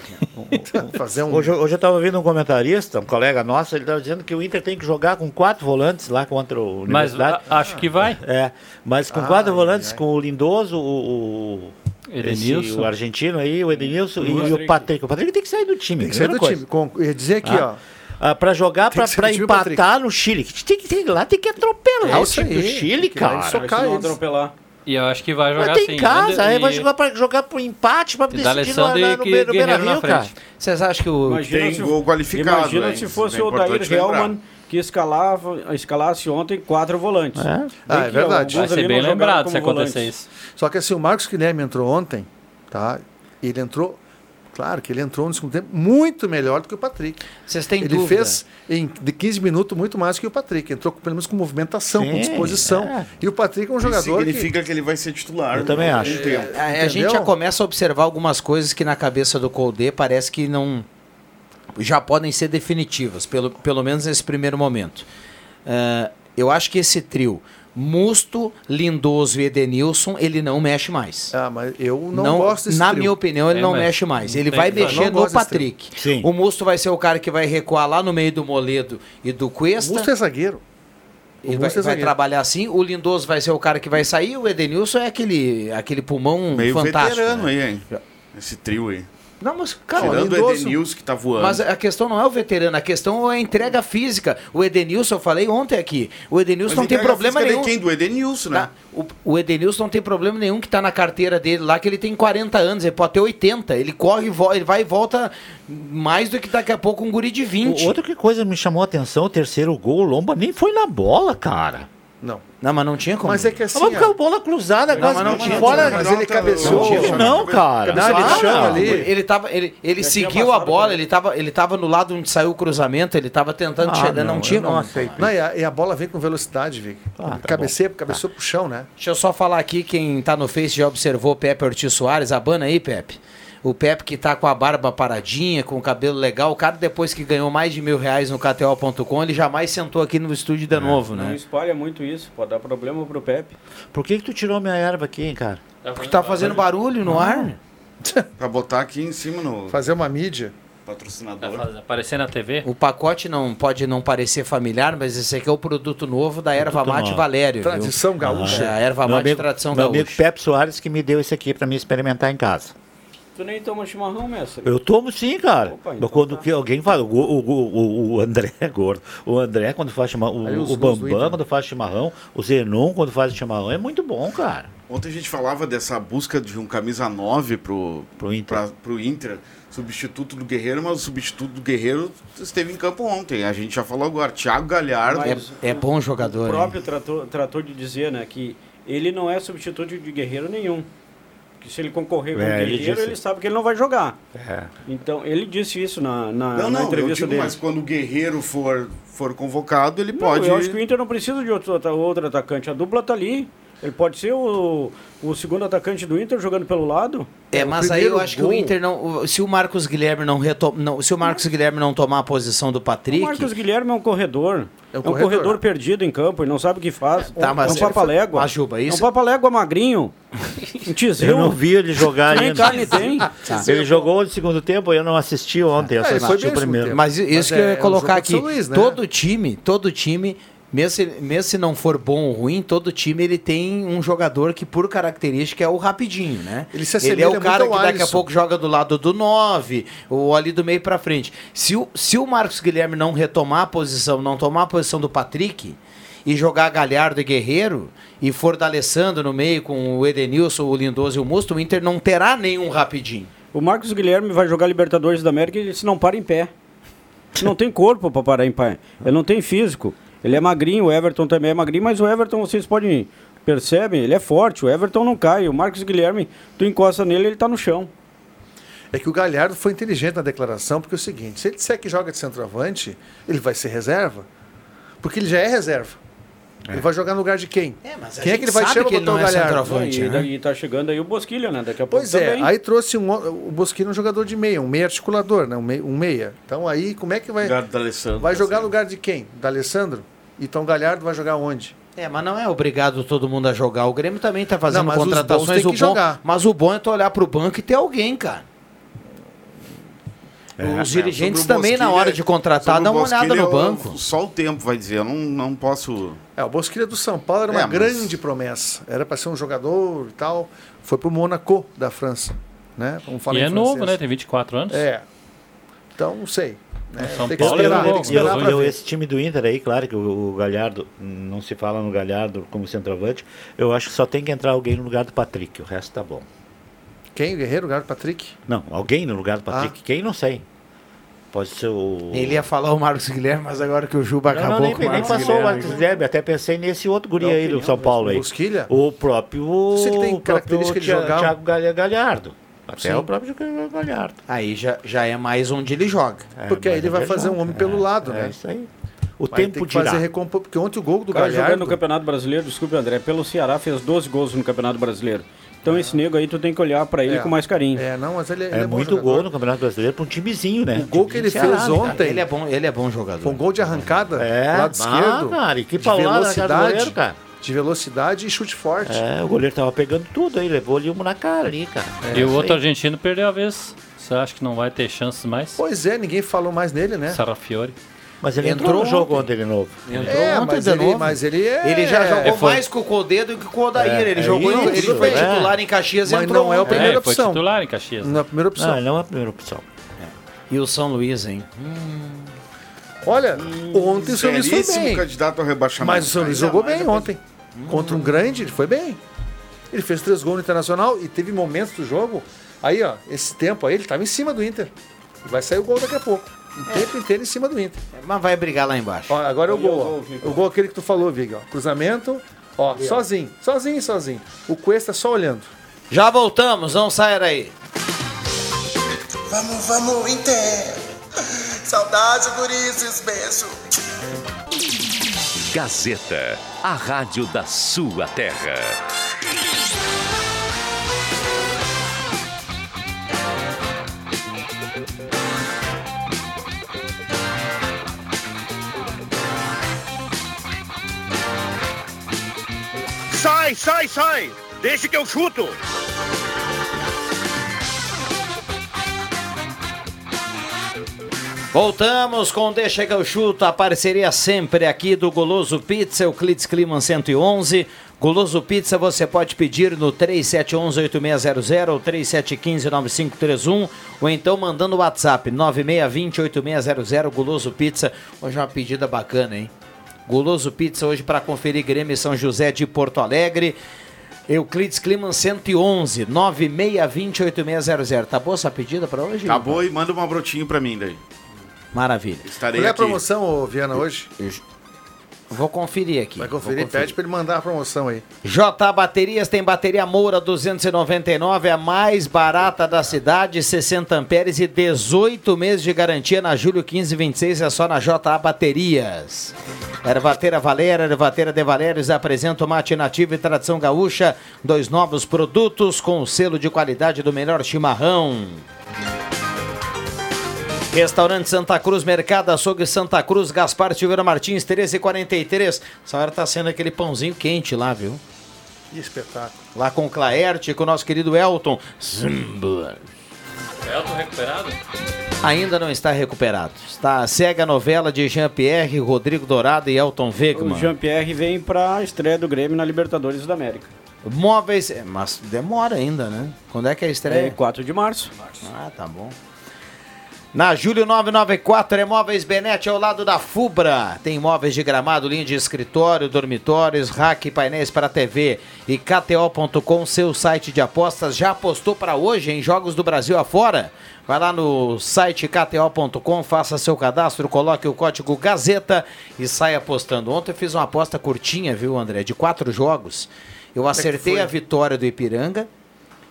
S12: Pizza
S1: Fazer
S12: Hoje, eu- hoje eu estava vendo um comentarista, um colega nosso, ele estava dizendo que o Inter tem que jogar com quatro volantes lá contra o
S2: Mas
S4: ah,
S12: Universidade.
S2: a- acho que vai.
S12: É, mas com quatro volantes, com o Lindoso, o, o,
S2: Edenilson.
S12: esse- o argentino aí, o Edenilson
S1: O
S12: e o
S1: Patrick.
S12: Patrick. O Patrick tem que sair do time.
S1: Tem que sair do
S12: primeira coisa.
S1: time. Com, eu ia dizer aqui,
S12: Ah.
S1: ó.
S12: Ah, pra jogar, pra, pra empatar no Chile. Que tem que tem, lá tem que atropelar
S2: É
S12: o
S2: isso
S12: time do
S2: aí,
S12: Chile,
S2: tem que ir lá e
S12: cara.
S2: socar Vai se não eles.
S10: atropelar.
S2: E eu acho que vai jogar
S12: Mas tem
S2: sim.
S12: em casa,
S2: Ander-
S12: aí vai
S2: e-
S12: jogar pra jogar pro empate, pra decidir no,
S2: D'Alessandro
S12: na,
S2: e
S12: no,
S2: que-
S12: Beira- no
S2: Guerreiro
S12: Beira-Rio,
S2: na
S12: cara.
S2: frente.
S4: Vocês acham que o...
S10: Imagina se fosse o Dair Helman que escalava, escalasse ontem quatro volantes.
S1: É?
S10: Bem
S1: Ah, é
S10: que
S1: verdade.
S10: alguns ali não jogaram como volantes.
S2: isso.
S1: Só que assim, o Marcos Guilherme entrou ontem, tá? Ele entrou, claro que ele entrou no segundo tempo muito melhor do que o Patrick.
S4: Vocês têm
S1: Ele
S4: dúvida?
S1: fez em de 15 minutos muito mais que o Patrick. Entrou com- pelo menos com movimentação, com
S6: Sim,
S1: disposição.
S6: é.
S1: E o Patrick é um jogador
S6: significa
S1: que...
S6: que ele vai ser titular.
S1: Eu também
S6: né?
S1: acho.
S6: Tem tempo.
S4: A, a gente já começa a observar algumas coisas que na cabeça do Colde parece que não já podem ser definitivas, pelo, pelo menos nesse primeiro momento. Ah, eu acho que esse trio, Musto, Lindoso e Edenilson, ele não mexe mais.
S1: Ah, mas eu não gosto desse
S4: Na
S1: trio.
S4: minha opinião, ele
S1: É,
S4: não
S1: mas
S4: mexe mais.
S1: não
S4: Ele
S1: tem
S4: vai
S1: que falar.
S4: mexer
S1: Não
S4: no
S1: gosto desse trio.
S4: Patrick. O Musto vai ser o cara que vai recuar lá no meio do Moledo e do Cuesta.
S1: Musto é zagueiro.
S4: Ele
S1: O
S4: vai,
S1: Musto é
S4: vai
S1: zagueiro.
S4: trabalhar assim, o Lindoso vai ser o cara que vai sair, o Edenilson é aquele, aquele pulmão
S6: Meio
S4: fantástico.
S6: veterano
S4: né?
S6: aí, hein? Esse trio aí.
S4: Não, mas cara,
S6: Tirando
S4: o
S6: o
S4: Lindoso-
S6: Edenilson que tá voando.
S4: Mas a questão não é o veterano, a questão é a entrega física. O Edenilson, eu falei ontem aqui, o Edenilson
S6: Mas
S4: não tem
S6: entrega
S4: problema
S6: física de
S4: nenhum.
S6: quem? Do Edenilson, né?
S4: Tá. O, o Edenilson não tem problema nenhum que tá na carteira dele lá, que ele tem 40 anos, ele pode ter 80. Ele corre, e vo- ele vai e volta mais do que daqui a pouco um guri de 20.
S12: O- Outra que coisa me chamou a atenção, o terceiro gol, o Lomba nem foi na bola, cara.
S1: Não.
S4: Não, mas não tinha como.
S1: Mas é que assim...
S12: Ah, Mas porque
S1: ó,
S12: a bola cruzada,
S1: Não,
S12: quase
S1: mas não
S12: que
S1: tinha
S12: fora.
S1: como, mas ele
S12: Não,
S1: cabeceou.
S12: tinha, não, cara.
S4: Não, ele,
S12: Para.
S4: chama ali. ele tava, ele, ele
S12: Já tinha
S4: seguiu a
S12: passado
S4: bola, ele tava, ele tava no lado onde saiu o cruzamento, ele tava tentando
S1: Ah,
S4: chegar, não, Ah,
S1: não,
S4: tinha
S1: eu não
S4: como.
S1: aceito Não, e, a, e a bola vem com velocidade, Vic.
S4: tá
S1: cabeceia, cabeceou pro chão, né?
S4: Deixa eu só falar aqui, quem tá no Face já observou o Pepe Ortiz Soares, abana aí, Pepe. O Pepe que tá com a barba paradinha, com o cabelo legal. O cara, depois que ganhou mais de mil reais no KTO.com, ele jamais sentou aqui no estúdio de novo,
S10: Não
S4: né?
S10: espalha muito isso, pode dar problema pro Pepe.
S12: Por que, que tu tirou minha erva aqui, hein, cara?
S4: Porque tá fazendo barulho no ar. né?
S6: Pra botar aqui em cima no.
S1: Fazer uma mídia.
S6: Patrocinador.
S2: Aparecer na TV?
S4: O pacote não pode não parecer familiar, mas esse aqui é o produto novo da Erva
S12: Produto
S4: Mate
S12: novo.
S4: Valério. viu?
S1: Tradição gaúcha.
S4: É, a Erva
S12: Meu
S4: Mate
S12: amigo-
S4: Tradição
S12: meu
S4: Gaúcha.
S12: amigo Pepe Soares que me deu esse aqui pra mim experimentar em casa.
S10: Tu nem toma chimarrão, mestre.
S12: Eu tomo sim, cara.
S10: Opa,
S12: Mas
S10: então
S12: quando que alguém fala, o, o, o, o André é gordo, o André quando faz chimarrão,
S6: Aí os-
S12: o, o
S6: os do Inter.
S12: Bambam quando faz chimarrão, o Zenon quando faz chimarrão, é muito bom, cara.
S6: Ontem a gente falava dessa busca de um camisa 9 pro,
S12: pro,
S6: Inter. pro Inter, substituto do Guerreiro, mas o substituto do Guerreiro esteve em campo ontem. A gente já falou agora. Thiago Galhardo.
S10: Mas
S4: É, é bom jogador.
S10: O
S4: hein?
S10: próprio tratou, tratou de dizer, né, que ele não é substituto de guerreiro nenhum. Que se ele concorrer com o
S6: É, ele
S10: guerreiro, ele,
S6: disse.
S10: sabe que ele não vai jogar.
S12: É.
S10: Então, ele disse isso na, na,
S6: Não, não,
S10: na
S6: eu
S10: entrevista
S6: digo,
S10: dele.
S6: mas quando o Guerreiro for, for convocado, ele
S10: Não,
S6: pode.
S10: Eu acho que o Inter não precisa de outro, ata- outro atacante. A dupla tá ali. Ele pode ser o, o segundo atacante do Inter jogando pelo lado.
S4: É, mas aí eu acho que o Inter não. o- Se o Marcos Guilherme não, reto, não se o Marcos Guilherme não tomar a posição do
S10: O
S4: Patrick,
S10: Marcos Guilherme é um corredor. É um, corredor.
S4: corredor.
S10: perdido em campo, ele não sabe o que faz.
S4: Tá,
S10: é
S4: mas-
S10: um papalégua.
S4: Mas, Juba,
S10: É um
S4: isso-
S10: papalégua magrinho. Um tizil.
S12: Eu não vi ele jogar
S10: Nem
S12: ainda.
S10: carne tem.
S12: Tá. Ele jogou no segundo tempo, eu não assisti ontem, eu só assisti o primeiro.
S4: Mas é, um isso que eu ia colocar aqui,
S12: Todo
S4: todo time, todo time, mesmo se, mesmo se não for bom ou ruim, todo time ele tem um jogador que por característica é o rapidinho, né?
S1: Ele se
S4: ele
S1: assemelha
S4: é o
S1: muito
S4: cara
S1: ao
S4: que daqui a
S1: Alisson.
S4: pouco joga do lado do 9, ou ali do meio pra frente. Se o, se o Marcos Guilherme não retomar a posição, não tomar a posição do Patrick e jogar Galhardo e Guerreiro e for da Alessandro no meio com o Edenilson, o Lindoso e o Musto, o Inter não terá nenhum rapidinho.
S10: O Marcos Guilherme vai jogar Libertadores da América e ele se não para em pé. Não tem corpo para parar em pé. Ele não tem físico. Ele é magrinho, o Everton também é magrinho, mas o Everton vocês podem percebem, ele é forte, o Everton não cai, o Marcos Guilherme, tu encosta nele, ele tá no chão.
S1: É que o Galhardo foi inteligente na declaração, porque é o seguinte: se ele disser que joga de centroavante, ele vai ser reserva. Porque ele já é reserva. Ele vai jogar no lugar de quem?
S4: mas a
S1: quem é que
S4: gente
S1: ele vai
S4: sabe
S1: tirar
S4: que
S1: pra
S4: ele
S1: botar o
S4: não é
S1: Galhardo?
S4: centroavante,
S10: E daí tá chegando aí o Bosquilha, né? Daqui a pouco
S1: né? Pois é,
S10: também.
S1: aí trouxe um, o Bosquilha um jogador de meia, um meia articulador, né? um, meia, um meia. Então aí como é que vai.
S6: Lugar do D'Alessandro,
S1: vai jogar no lugar de quem? Da Alessandro? Então o Galhardo vai jogar onde?
S4: É, mas não é obrigado todo mundo a jogar. O Grêmio também tá
S1: Não,
S4: fazendo
S1: mas os bons
S4: contratações.
S1: têm
S4: o
S1: que
S4: bom-
S1: jogar.
S4: Mas o bom é tu olhar pro banco e ter alguém, cara. Os dirigentes
S6: Sobre o
S4: também, na
S6: Bosquilha-
S4: hora de contratar,
S6: sobre o
S4: dá uma olhada
S6: Bosquilha,
S4: no
S6: eu-
S4: banco.
S6: Só o tempo vai dizer, eu não, não posso.
S1: É, o Bosquilha do São Paulo era uma
S6: É, mas-
S1: grande promessa. Era para ser um jogador e tal. Foi pro Monaco da França. Né? Vamos falar
S2: E
S1: em
S2: é novo,
S1: francês.
S2: né? Tem 24 anos.
S1: É. Então, não sei. né?
S2: São
S1: Tem que
S2: Paulo é
S1: esperar,
S2: novo.
S1: tem que
S12: E eu-
S1: esperar pra
S12: eu-
S1: ver.
S12: esse time do Inter aí, claro que o, o Galhardo, hum, não se fala no Galhardo como centroavante, eu acho que só tem que entrar alguém no lugar do Patrick, o resto tá bom.
S1: Quem? O Guerreiro, o Galo Patrick?
S12: Não, alguém no
S1: Ah.
S12: lugar do Patrick, quem não sei. Pode ser o.
S4: Ele ia falar o Marcos Guilherme, mas agora que o Juba
S12: Não,
S4: acabou
S12: não, nem,
S4: com
S12: nem
S4: o Marcos
S12: passou o
S4: Guilherme. né?
S12: Marcos Guilherme, até pensei nesse outro guri
S4: Dá
S12: aí do
S4: opinião
S12: São Paulo aí.
S1: Bosquilha?
S12: O próprio.
S1: Se ele tem
S12: o próprio
S1: característica de
S12: Thi-
S1: jogar- um-
S12: Thiago Galha- Galhardo. Até
S1: Sim.
S12: o próprio Galhardo.
S4: Aí já, já é mais onde ele joga.
S12: É,
S1: Porque aí ele vai fazer um homem pelo lado, né?
S12: isso aí. é. O
S1: Vai
S12: tempo
S1: ter que fazer
S12: dirá.
S1: recompor, porque ontem o gol do
S10: O cara jogando no
S1: Galhardo...
S10: Campeonato Brasileiro, desculpe André, pelo Ceará fez 12 gols no Campeonato Brasileiro. Então esse nego aí tu tem que olhar pra ele
S1: É.
S10: com mais carinho.
S1: É, não, mas ele, ele
S12: É,
S1: bom
S12: muito
S1: jogador.
S12: gol no Campeonato Brasileiro para um timezinho, né?
S1: O gol que ele
S12: Timezinho do
S1: fez
S12: Ceará, né, cara?
S1: ontem-
S4: Ele é bom, ele é bom jogador.
S1: Foi um gol de arrancada,
S12: É,
S1: lado
S12: bah,
S1: esquerdo.
S12: cara, e que
S1: de
S12: paulada na cara do
S1: velocidade,
S12: goleiro, cara.
S1: De velocidade e chute forte.
S12: É, o goleiro tava pegando tudo aí, levou ali uma na cara ali, cara.
S2: E o
S12: Isso
S2: outro
S12: aí.
S2: argentino perdeu a vez. Você acha que não vai ter chances mais?
S1: Pois é, ninguém falou mais nele, né?
S2: Sarafiori.
S12: Mas ele entrou, no jogo ontem de novo.
S1: É, mas ele, mas ele é...
S4: Ele já
S1: é,
S4: jogou
S1: foi-
S4: mais com o Codedo do que com o Odair.
S12: É,
S4: ele
S12: é
S4: jogou,
S12: isso,
S4: ele foi
S12: é.
S4: titular em Caxias e
S1: Mas
S4: entrou
S1: não é o
S4: ontem.
S1: primeiro- Primeira
S2: é, foi
S1: opção.
S2: titular em Caxias.
S1: Na primeira opção.
S12: Não, ele não é a primeira opção.
S4: E o São Luís, hein?
S1: Olha, ontem o São Luís foi
S6: Seríssimo
S1: bem.
S6: candidato ao rebaixamento.
S1: Mas o São Luís
S6: Ainda
S1: jogou
S6: mais
S1: bem
S6: depois-
S1: ontem. Contra um grande, ele foi bem. Ele fez três gols no Internacional e teve momentos do jogo. Aí, ó, esse tempo aí, ele tava em cima do Inter. E Vai sair o gol daqui a pouco. O tempo inteiro em cima do Inter.
S4: Mas vai brigar lá embaixo.
S1: Ó, agora é o
S4: Aí é
S1: gol,
S4: o gol,
S1: ó.
S4: Vitor.
S1: O gol aquele que tu falou, Vig, ó. Cruzamento, ó, sozinho. Sozinho, sozinho. O Cuesta só olhando.
S4: Já voltamos, não saia daí.
S14: Vamos, vamos, Inter! Saudade, gurizes, beijo!
S15: Gazeta, a rádio da sua terra.
S2: Sai, sai, sai! Deixa que eu chuto!
S4: Voltamos com Deixa que eu chuto, a parceria sempre aqui do Goloso Pizza, Euclides Climan 111. Goloso Pizza você pode pedir no 3711-8600 ou 3715-9531 ou então mandando o WhatsApp 9620-8600 Goloso Pizza. Hoje é uma pedida bacana, hein? Goloso Pizza hoje para conferir Grêmio e São José de Porto Alegre. Euclides Climan 111 9620-8600. Tá boa essa pedida para hoje?
S6: Acabou Tá e manda uma brotinho pra mim daí.
S4: Maravilha.
S6: Estarei
S12: Qual é a
S6: aqui.
S12: promoção, ô, Viana, hoje?
S4: Vou conferir aqui.
S12: Vai conferir,
S4: Vou conferir.
S12: pede pra ele mandar a promoção aí.
S4: J Baterias tem bateria Moura 299, a mais barata da cidade, 60 amperes e 18 meses de garantia na Julho 1526, é só na JA Baterias. Ervateira Valera, Ervateira de Valérios apresenta o mate nativo e tradição gaúcha, dois novos produtos com o selo de qualidade do melhor chimarrão. Restaurante Santa Cruz, Mercado Açougue Santa Cruz, Gaspar Silveira Martins, 13h43. Essa hora tá sendo aquele pãozinho quente lá, viu?
S12: Que espetáculo.
S4: Lá com o Claerte, com o nosso querido Elton. Zumba.
S16: Elton recuperado?
S4: Ainda não está recuperado. Está cega a novela de Jean-Pierre, Rodrigo Dourado e Elton
S10: O
S4: Wegman.
S10: Jean-Pierre vem pra estreia do Grêmio na Libertadores da América.
S4: Móveis. é, Mas demora ainda, né? Quando é que é a estreia?
S10: É 4 de março.
S4: Ah, tá bom. Na Júlio 994 é Móveis Benete ao lado da Fubra. Tem móveis de gramado, linha de escritório, dormitórios, rack, painéis para TV e KTO.com, seu site de apostas. Já apostou para hoje em Jogos do Brasil afora? Vai lá no site KTO.com, faça seu cadastro, coloque o código Gazeta e saia apostando. Ontem eu fiz uma aposta curtinha, viu, André? De quatro jogos.
S17: Quanto é
S4: Eu
S17: que
S4: acertei
S17: foi?
S4: a vitória do Ipiranga,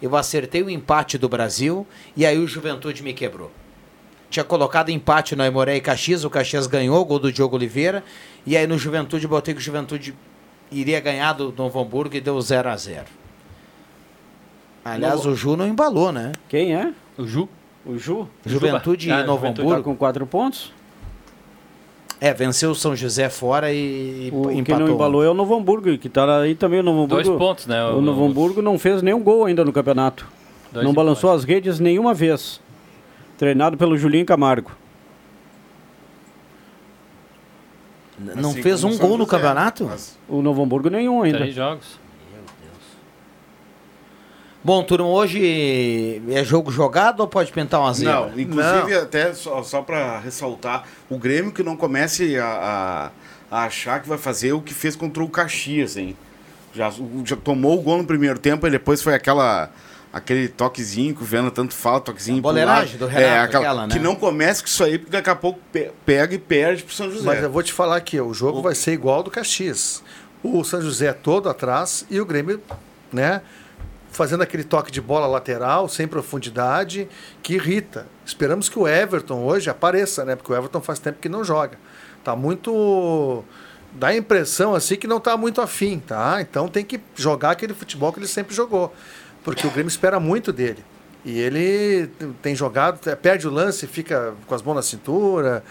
S4: eu acertei o empate do Brasil e aí o Juventude me quebrou. Tinha colocado empate no Aimoré e Caxias, o Caxias ganhou, gol do Diogo Oliveira. E aí no Juventude botei que o Juventude iria ganhar do Novo Hamburgo e deu 0 a 0 Aliás,
S10: Novo-
S4: o Ju não embalou, né?
S10: Quem é?
S16: O Ju. É
S10: O Ju?
S4: Juventude e Novo
S10: Tá
S4: Hamburgo.
S10: com 4 pontos.
S4: É, venceu o São José fora e
S10: O
S4: empatou.
S10: que não embalou é o Novo Hamburgo, que tá aí também o Novo Hamburgo.
S16: Dois pontos, né?
S10: O,
S16: O-
S10: Novo Hamburgo não fez nenhum gol ainda no campeonato.
S16: Dois
S10: não balançou as redes nenhuma vez. Treinado pelo Julinho Camargo.
S4: N- não Assim fez como um São gol no José, campeonato? mas-
S10: O Novo Hamburgo nenhum ainda.
S16: Três jogos.
S4: Bom, turma, hoje é jogo jogado ou pode pintar um uma zebra?
S6: Não, inclusive, até só, só para ressaltar, o Grêmio que não comece a, a- a achar que vai fazer o que fez contra o Caxias, hein? Já, o- já tomou o gol no primeiro tempo e depois foi aquela aquele toquezinho que o Viana tanto fala, toquezinho pro
S4: boleiragem
S6: lado.
S4: do Renato,
S6: é,
S4: aquela, né?
S6: Que não comece com isso aí, porque daqui a pouco pe- pega e perde pro São José.
S12: Mas eu vou te falar aqui, ó, o jogo vai ser igual ao do Caxias. O São José é todo atrás e o Grêmio, né? Fazendo aquele toque de bola lateral, sem profundidade, que irrita. Esperamos que o Everton hoje apareça, né? Porque o Everton faz tempo que não joga. Tá muito. Dá a impressão assim que não tá muito afim, tá? Então tem que jogar aquele futebol que ele sempre jogou. Porque o Grêmio espera muito dele. E ele tem jogado, perde o lance, fica com as mãos na cintura.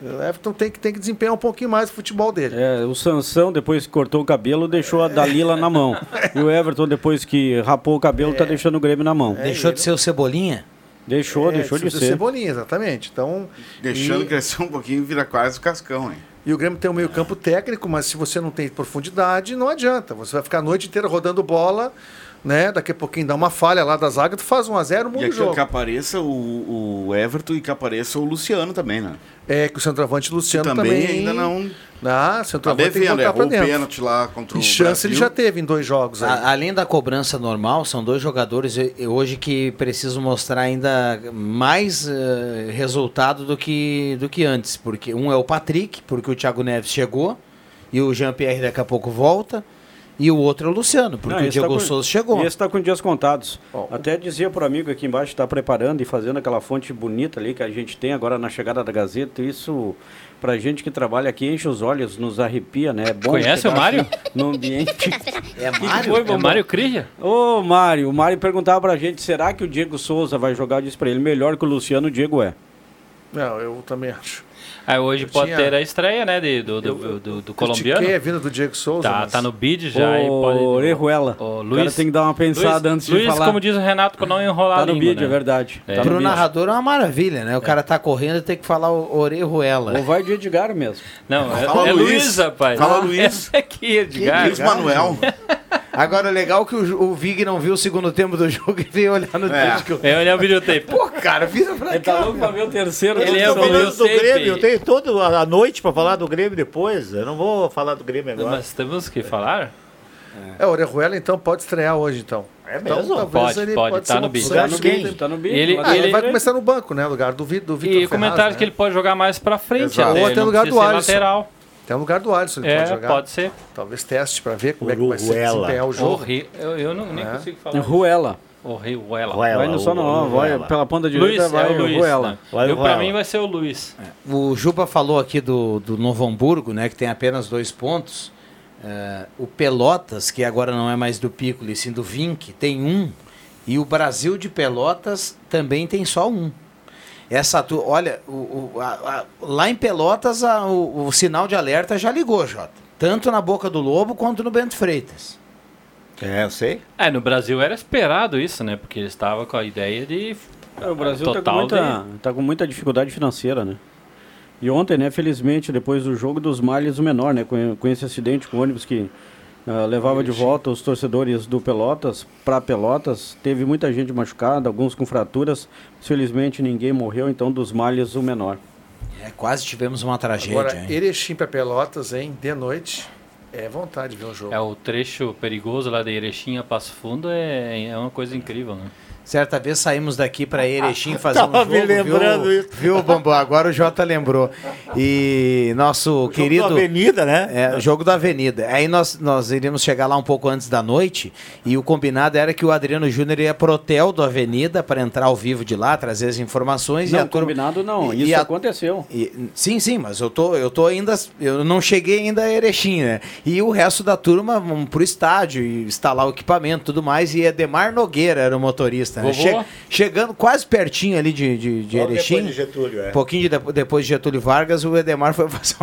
S12: O Everton tem que, tem que desempenhar um pouquinho mais o futebol dele.
S10: É, o Sansão, depois que cortou o cabelo, deixou a Dalila na mão. E o Everton, depois que rapou o cabelo, tá deixando o Grêmio na mão.
S4: Deixou de ser o Cebolinha?
S10: Deixou,
S12: É,
S10: deixou de
S12: precisa do
S10: ser.
S12: Cebolinha, exatamente. Então,
S6: Deixando
S12: e-
S6: crescer um pouquinho, vira quase o Cascão, hein?
S12: E o Grêmio tem um meio campo técnico, mas se você não tem profundidade, não adianta. Você vai ficar a noite inteira rodando bola, né? Daqui a pouquinho dá uma falha lá da zaga, tu faz 1 a 0
S6: E
S12: muda o
S6: aquilo
S12: jogo.
S6: que apareça o, o Everton e que apareça o Luciano também, né?
S12: É que o centroavante Luciano
S6: Que
S12: também,
S6: também ainda não-
S12: Ah,
S6: Tá
S12: centroavante tem que
S6: devendo,
S12: botar pra
S6: errou o
S12: dentro.
S6: pênalti lá contra o
S12: E chance ele
S6: Brasil.
S12: já teve em dois jogos. Aí.
S4: A- além da cobrança normal, são dois jogadores e- e hoje que precisam mostrar ainda mais eh, resultado do que, do que antes. Porque um é o Patrick, porque o Thiago Neves chegou e o Jean-Pierre daqui a pouco volta. E o outro é o Luciano, porque
S10: Não,
S4: o
S10: esse tá
S4: Diego
S10: com-
S4: Souza chegou.
S10: E esse tá com dias contados. Até dizia pro amigo aqui embaixo, está preparando e fazendo aquela fonte bonita ali que a gente tem agora na chegada da Gazeta. Isso, pra gente que trabalha aqui, enche os olhos, nos arrepia, né? É bom
S16: Conhece
S10: chegar
S16: o Mário?
S10: assim No ambiente.
S4: É
S16: Mário? foi, É Mário Mário? Cria?
S10: Ô, Mário, o Mário perguntava pra gente, será que o Diego Souza vai jogar? Eu disse pra ele, melhor que o Luciano, o Diego é.
S1: Não, eu também acho.
S2: Aí É, hoje
S1: Eu
S2: pode
S1: tinha-
S2: ter a estreia, né, de- do, do, do, do colombiano.
S1: Quem é vindo do Diego Souza?
S2: Tá,
S1: mas-
S2: tá no bid já. e pode...
S10: Orejuela.
S2: Ô,
S10: O cara tem que dar uma pensada
S2: Luiz-
S10: antes de
S2: Luiz,
S10: falar.
S2: como diz o Renato, pra não enrolar
S10: Tá
S2: a
S10: no
S2: língua,
S10: vídeo,
S2: né?
S10: é verdade.
S2: É.
S10: Tá no
S4: Pro
S10: vídeo.
S4: narrador é uma maravilha, né? O cara tá correndo e tem que falar o orejuela.
S10: Ou vai de Edgar mesmo.
S2: Não, é,
S4: Fala
S2: é
S4: Luiz.
S2: Luiz, rapaz.
S4: Fala Luiz.
S2: É aqui, Edgar.
S4: Agora, o legal é que o, o Vig não viu o segundo tempo do jogo e veio olhar no
S2: É.
S4: disco.
S2: É olhar o videotape.
S4: Pô, cara, vira pra
S10: Ele tá louco pra ver o terceiro.
S12: Ele
S10: do
S12: é o
S10: São
S12: menino
S10: Luís.
S12: do Grêmio. Eu tenho toda a noite pra falar do Grêmio depois. Eu não vou falar do Grêmio agora.
S2: Mas temos que falar?
S1: É, o Orejuela então pode estrear hoje, então. É
S12: mesmo?
S2: Pode, pode, tá no bid. Tá no bid, tá no bid. Ele-
S1: ah, ele
S2: ele-
S1: vai começar no banco, né? Lugar do, Vi- do Vitor
S2: E comentário que ele pode jogar mais pra frente.
S1: Exato.
S2: até,
S1: Ou
S2: ele
S1: até
S2: não
S1: lugar do
S2: precisa ser
S1: Alisson.
S2: lateral.
S1: Tem o lugar do Alisson, ele
S2: É,
S1: pode jogar.
S2: pode ser.
S1: Talvez teste pra ver como é que vai ser desempenhar o jogo.
S2: Orri- Eu, eu não, nem
S1: É.
S2: consigo falar.
S10: Ruela.
S2: O Ruela.
S10: Vai no só não, vai pela ponta direita,
S2: Luiz,
S10: vai
S2: é o Luiz.
S10: Ruela.
S2: né?
S4: Vai o
S2: eu, pra
S4: Ruela.
S2: mim vai ser o Luiz.
S4: O Juba falou aqui do, do Novo Hamburgo, né, que tem apenas dois pontos. É, o Pelotas, que agora não é mais do Piccoli, sim do Vinck, tem um. E o Brasil de Pelotas também tem só um. Essa tu, olha, o- o- a- a- lá em Pelotas a- o, o sinal de alerta já ligou, Jota. Tanto na boca do Lobo quanto no Bento Freitas.
S12: É, eu sei.
S2: É, no Brasil era esperado isso, né? Porque ele estava com a ideia de.
S10: O Brasil tá com,
S2: total
S10: muita,
S2: de-
S10: tá com muita dificuldade financeira, né? E ontem, né, felizmente, depois do jogo dos males, o menor, né? Com, com esse acidente com o ônibus que ah, levava de volta os torcedores do Pelotas para Pelotas, teve muita gente machucada, alguns com fraturas. Felizmente ninguém morreu, então dos males o menor.
S4: É, quase tivemos uma tragédia.
S1: Agora,
S4: hein?
S1: Erechim pra Pelotas, hein? De noite. É vontade de ver um jogo.
S2: É o trecho perigoso lá da Erechim a Passo Fundo é, é uma coisa incrível, né?
S4: Certa vez saímos daqui para Erechim fazer um
S2: Tava
S4: jogo,
S2: me lembrando
S4: viu,
S2: isso.
S4: viu, Bambu? Agora o Jota lembrou. E nosso querido...
S12: da Avenida, né?
S4: É, o jogo da Avenida. Aí nós, nós iríamos chegar lá um pouco antes da noite e o combinado era que o Adriano Júnior ia pro hotel do Avenida para entrar ao vivo de lá, trazer as informações. e
S10: Não,
S4: a turma-
S10: combinado não,
S4: e
S10: isso
S4: a-
S10: aconteceu.
S4: e- sim, sim, mas eu tô, eu tô ainda. Eu não cheguei ainda a Erechim, né? E o resto da turma vamos pro estádio e instalar o equipamento e tudo mais. E Edemar Nogueira era o motorista, né?
S12: Vovô?
S4: chegando quase pertinho ali de, de, de
S12: Logo
S4: Erechim.
S12: depois de Getúlio, é.
S4: Um pouquinho de depo- depois de Getúlio Vargas, o Edemar foi fazer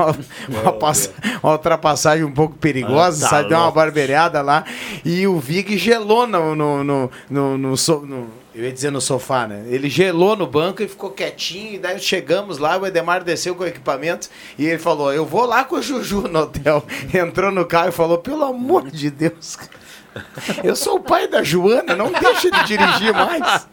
S4: uma, uma passa- uma ultrapassagem um pouco perigosa,
S12: Ah, tá
S4: sabe? Deu uma
S12: louco.
S4: barbeada lá. E o Vig gelou no. no, no, no, no so- no- eu ia dizer no sofá, né? Ele gelou no banco e ficou quietinho. E daí chegamos lá, o Edemar desceu com o equipamento e ele falou: Eu vou lá com É o Juju no hotel. Entrou no carro e falou: Pelo amor de Deus, cara, eu sou o pai da Joana, não deixa de dirigir mais.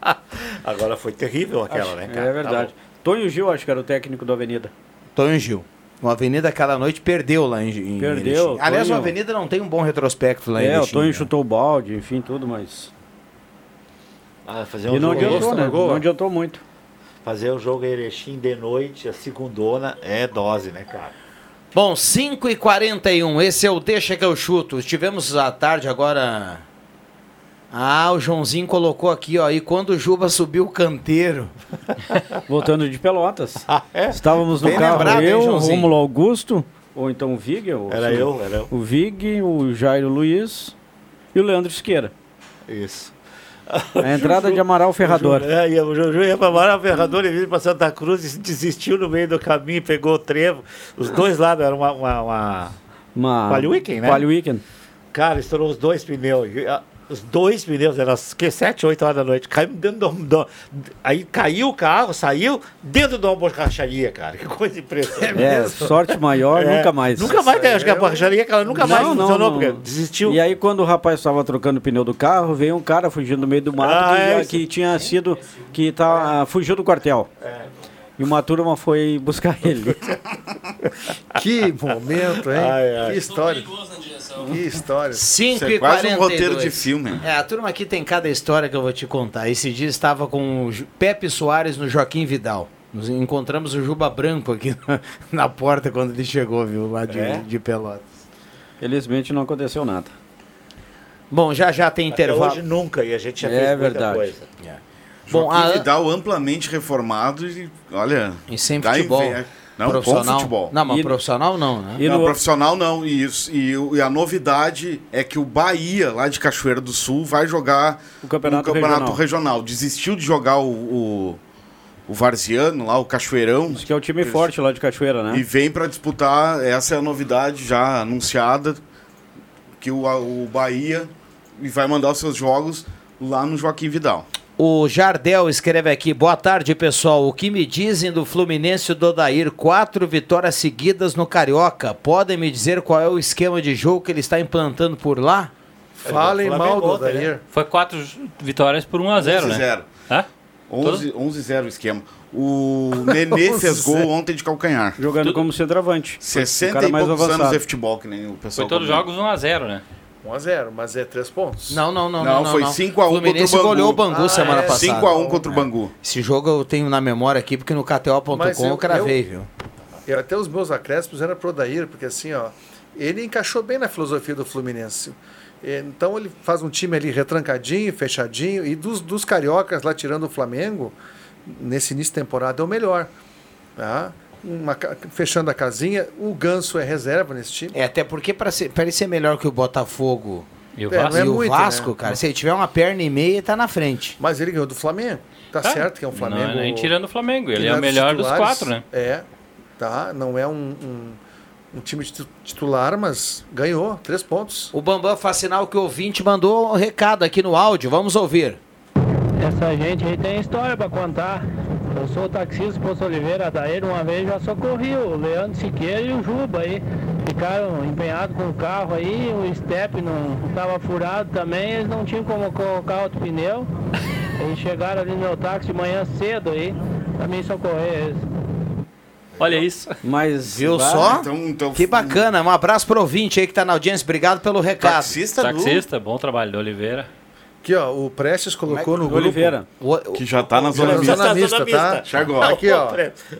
S12: Agora foi terrível aquela, né, cara?
S10: é verdade.
S12: Tá
S10: Tonho Gil, acho que era o técnico do Avenida.
S4: Tonho Gil. Uma avenida aquela noite perdeu lá em, em
S10: Perdeu,
S4: Erechim. Aliás,
S10: Tonho.
S4: uma avenida não tem um bom retrospecto
S1: Tá
S4: lá em
S10: é, o
S4: Erechim,
S10: Tonho
S4: né?
S10: chutou o balde, enfim, tudo, mas.
S12: Ah, fazer um
S10: E não
S12: jogo
S10: adiantou, né? Não adiantou muito.
S12: Fazer o jogo em Erechim de noite, a segundona, é dose, né, cara?
S4: Bom, 5 e 41 esse é o Deixa que eu chuto. Tivemos à tarde agora. Ah, o Joãozinho colocou aqui, ó. E quando o Juba subiu o canteiro.
S10: Voltando de Pelotas.
S12: Ah, é?
S10: Estávamos no
S4: Bem
S10: carro,
S4: lembrado, hein,
S10: eu, o
S4: Joãozinho?
S10: Rômulo Augusto, ou então o Vig. ou-
S12: Era eu, era eu.
S10: O Vig, o Jairo Luiz e o Leandro Siqueira.
S12: Isso.
S10: A entrada de Amaral Ferrador.
S12: O Ju- é, ia- o Juju ia para Amaral Ferrador e veio para Santa Cruz e desistiu no meio do caminho, pegou o trevo. Os dois lados eram uma. uma, uma...
S10: Uma...
S12: Quali Weekend, né?
S10: Quali Weekend.
S12: Cara, estourou os dois pneus. E, ah, Os dois pneus, era as que 7, 8 horas da noite. Caiu dentro do, do- Aí caiu o carro, saiu dentro de uma borracharia, cara. Que coisa impressionante.
S10: É, sorte maior,
S12: É,
S10: nunca mais.
S12: Nunca mais, né? Acho que a borracharia que ela nunca mais funcionou, porque desistiu.
S10: E aí, quando o rapaz estava trocando o pneu do carro, veio um cara fugindo do meio do mato
S12: Ah,
S10: que,
S12: é,
S10: que tinha sido. que tá, fugiu do quartel.
S12: É.
S10: E uma turma foi buscar ele.
S1: Que momento, hein?
S12: Ah,
S10: Ai,
S12: é.
S10: ai.
S1: Que história. Que história.
S4: 5
S1: Isso é
S4: e
S1: quase
S4: 42.
S1: um roteiro de filme.
S4: É, a turma aqui tem cada história que eu vou te contar. Esse dia estava com o Ju- Pepe Soares no Joaquim Vidal. Nos encontramos o Juba Branco aqui na, na porta quando ele chegou, viu, lá de,
S10: É?
S4: de Pelotas.
S10: Felizmente não aconteceu nada.
S4: Bom, já já tem
S12: Até
S4: intervalo.
S12: hoje nunca, e a gente já
S10: É
S12: fez muita
S10: verdade.
S12: coisa.
S4: Bom, ah,
S6: Joaquim
S4: a-
S6: Vidal amplamente reformado e, olha...
S4: E sem
S6: dá
S4: futebol.
S6: inveja. Não, com
S4: profissional.
S6: futebol.
S4: Não, mas profissional não, né?
S6: não, profissional não. E, isso- e, o- e a novidade é que o Bahia, lá de Cachoeira do Sul, vai jogar um o
S10: campeonato
S6: regional. Desistiu de jogar o, o, o o Varziano lá, o Cachoeirão.
S10: que é o time forte lá de Cachoeira, né?
S6: E vem para disputar, essa é a novidade já anunciada, que o, o Bahia vai mandar os seus jogos lá no Joaquim Vidal.
S4: O Jardel escreve aqui, boa tarde pessoal, o que me dizem do Fluminense e do Odair? Quatro vitórias seguidas no Carioca, podem me dizer qual é o esquema de jogo que ele está implantando por lá?
S1: Falem
S4: é
S1: mal do
S4: né?
S1: Odair.
S2: Foi quatro vitórias por 1x0, né?
S6: 11-0.
S2: Hã?
S6: 11 11-0 o esquema. O Nenê fez gol ontem de calcanhar.
S10: Jogando como centroavante.
S6: 60
S10: O cara
S6: e
S10: mais
S6: poucos anos
S10: avançado.
S6: de futebol, que nem o pessoal.
S2: Foi todos os
S6: comenta.
S2: jogos 1x0, né?
S1: 1x0, mas é 3 pontos.
S4: Não, não, não.
S6: Não,
S4: Não,
S6: foi 5 a 1
S4: Fluminense
S6: contra o Bangu.
S4: goleou o Bangu
S6: Ah,
S4: semana
S6: é,
S4: passada.
S6: 5 a 1 contra o
S4: É.
S6: Bangu.
S4: Esse jogo eu tenho na memória aqui, porque no KTO.com
S1: Mas
S4: eu,
S1: eu-
S4: cravei,
S1: eu-
S4: viu?
S1: E até os meus acréscimos eram pro Odair, porque assim, ó, ele encaixou bem na filosofia do Fluminense. Então ele faz um time ali retrancadinho, fechadinho, e dos, dos cariocas lá tirando o Flamengo, nesse início de temporada é o melhor. Tá? Uma ca- fechando a casinha, o Ganso é reserva nesse time.
S4: É, até porque para ser, pra ele ser melhor que o Botafogo
S2: e
S1: o É, não Vasco? é muito,
S4: Vasco,
S1: né?
S4: cara, se ele tiver uma perna e meia, tá na frente.
S1: Mas ele ganhou do Flamengo. Tá
S2: Tá.
S1: certo que é um
S2: Não,
S1: Flamengo.
S2: nem tirando o Flamengo,
S1: que
S2: ele é
S1: não
S2: o melhor dos
S1: titulares.
S2: quatro, né?
S1: É, tá. Não é um, um, um time titu- titular, mas ganhou três pontos.
S4: O Bambam faz sinal que o ouvinte mandou um recado aqui no áudio, vamos ouvir.
S18: Essa gente aí tem história pra contar. Eu sou o taxista Poço Oliveira, daí uma vez já socorri o Leandro Siqueira e o Juba aí. Ficaram empenhados com o carro aí, o step não estava furado também, eles não tinham como colocar outro pneu. Eles chegaram ali no meu táxi de manhã cedo aí, pra mim socorrer eles.
S2: Olha isso.
S10: Mas
S4: Viu
S10: Bah,
S4: só?
S10: então-
S4: que bacana, um abraço pro ouvinte aí que tá na audiência, obrigado pelo recado.
S6: Taxista
S2: do- Taxista, bom trabalho do Oliveira.
S1: Aqui, ó, o Prestes
S4: é
S1: colocou no grupo.
S2: Oliveira.
S6: Que já tá na
S1: Já
S6: zona
S1: tá na
S6: mista.
S1: mista, tá?
S6: Chegou. É,
S1: Aqui, ó.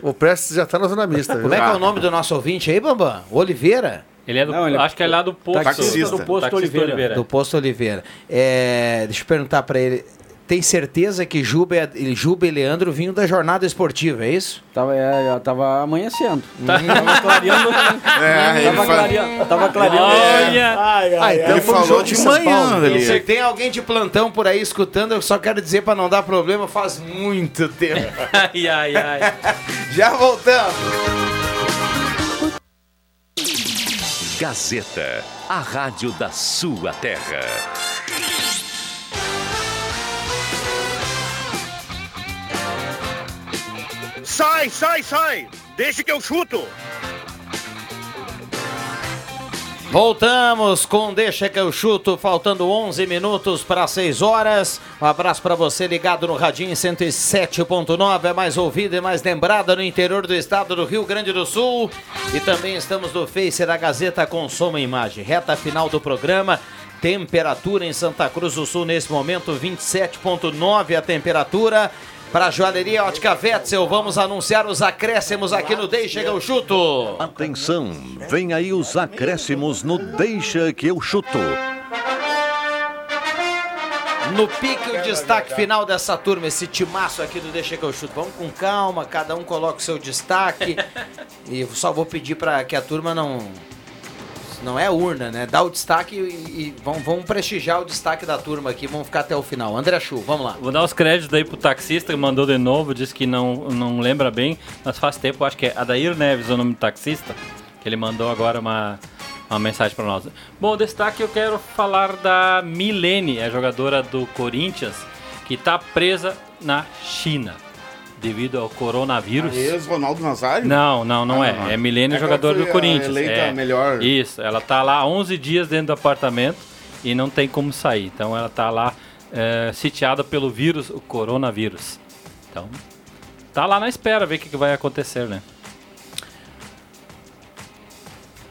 S1: O Prestes já tá na zona mista.
S4: Como é que é o nome do nosso ouvinte aí, Bambam? Oliveira?
S2: Ele é do, acho que é lá do posto.
S4: Taxista.
S2: do posto Oliveira.
S4: Do Posto Oliveira. É, deixa eu perguntar pra ele. Tem certeza que Juba, e- Juba e Leandro vinham da jornada esportiva, é isso?
S10: Tava, é, tava amanhecendo. Tava clareando. tava, clareando tava clareando.
S4: Olha!
S10: Ai,
S12: Ah,
S10: ai,
S6: é
S4: então
S10: ai.
S4: foi um jogo em São Paulo. Então,
S10: ali.
S4: Se tem alguém de plantão por aí escutando, eu só quero dizer pra não dar problema, faz muito tempo.
S2: ai, ai, ai.
S4: Já voltamos.
S15: Gazeta, a rádio da sua terra.
S19: Sai, sai, sai! Deixa que eu chuto!
S4: Voltamos com Deixa que eu chuto, faltando 11 minutos para 6 horas. Um abraço para você ligado no Radinho 107.9, é mais ouvida e mais lembrada no interior do estado do Rio Grande do Sul. E também estamos no Face da Gazeta Consoma Imagem. Reta final do programa. Temperatura em Santa Cruz do Sul nesse momento 27.9 a temperatura. Para a joalheria Ótica Wetzel, vamos anunciar os acréscimos aqui no Deixa que eu chuto.
S20: Atenção, vem aí os acréscimos no Deixa que eu chuto.
S4: No pique, o destaque final dessa turma, esse timaço aqui do Deixa que eu chuto. Vamos com calma, cada um coloca o seu destaque. e eu só vou pedir para que a turma não. Não é urna, né? Dá o destaque e, e vamos, vamos prestigiar o destaque da turma aqui. Vamos ficar até o final. André Chu, vamos lá.
S2: Vou dar os créditos aí pro taxista que mandou de novo, disse que não, não lembra bem, mas faz tempo, acho que é Adair Neves o nome do taxista, que ele mandou agora uma, uma mensagem para nós. Bom, destaque eu quero falar da Milene, a jogadora do Corinthians, que tá presa na China devido ao coronavírus.
S6: A ex-Ronaldo Nazário?
S2: Não, não, não
S6: Ah,
S2: é.
S6: não.
S2: É Milene,
S6: É que ela
S2: jogador
S6: foi
S2: do Corinthians.
S6: eleita
S2: é.
S6: a melhor.
S2: Isso, ela tá lá 11 dias dentro do apartamento e não tem como sair. Então ela tá lá é, sitiada pelo vírus, o coronavírus. Então, tá lá na espera ver o que, que vai acontecer, né?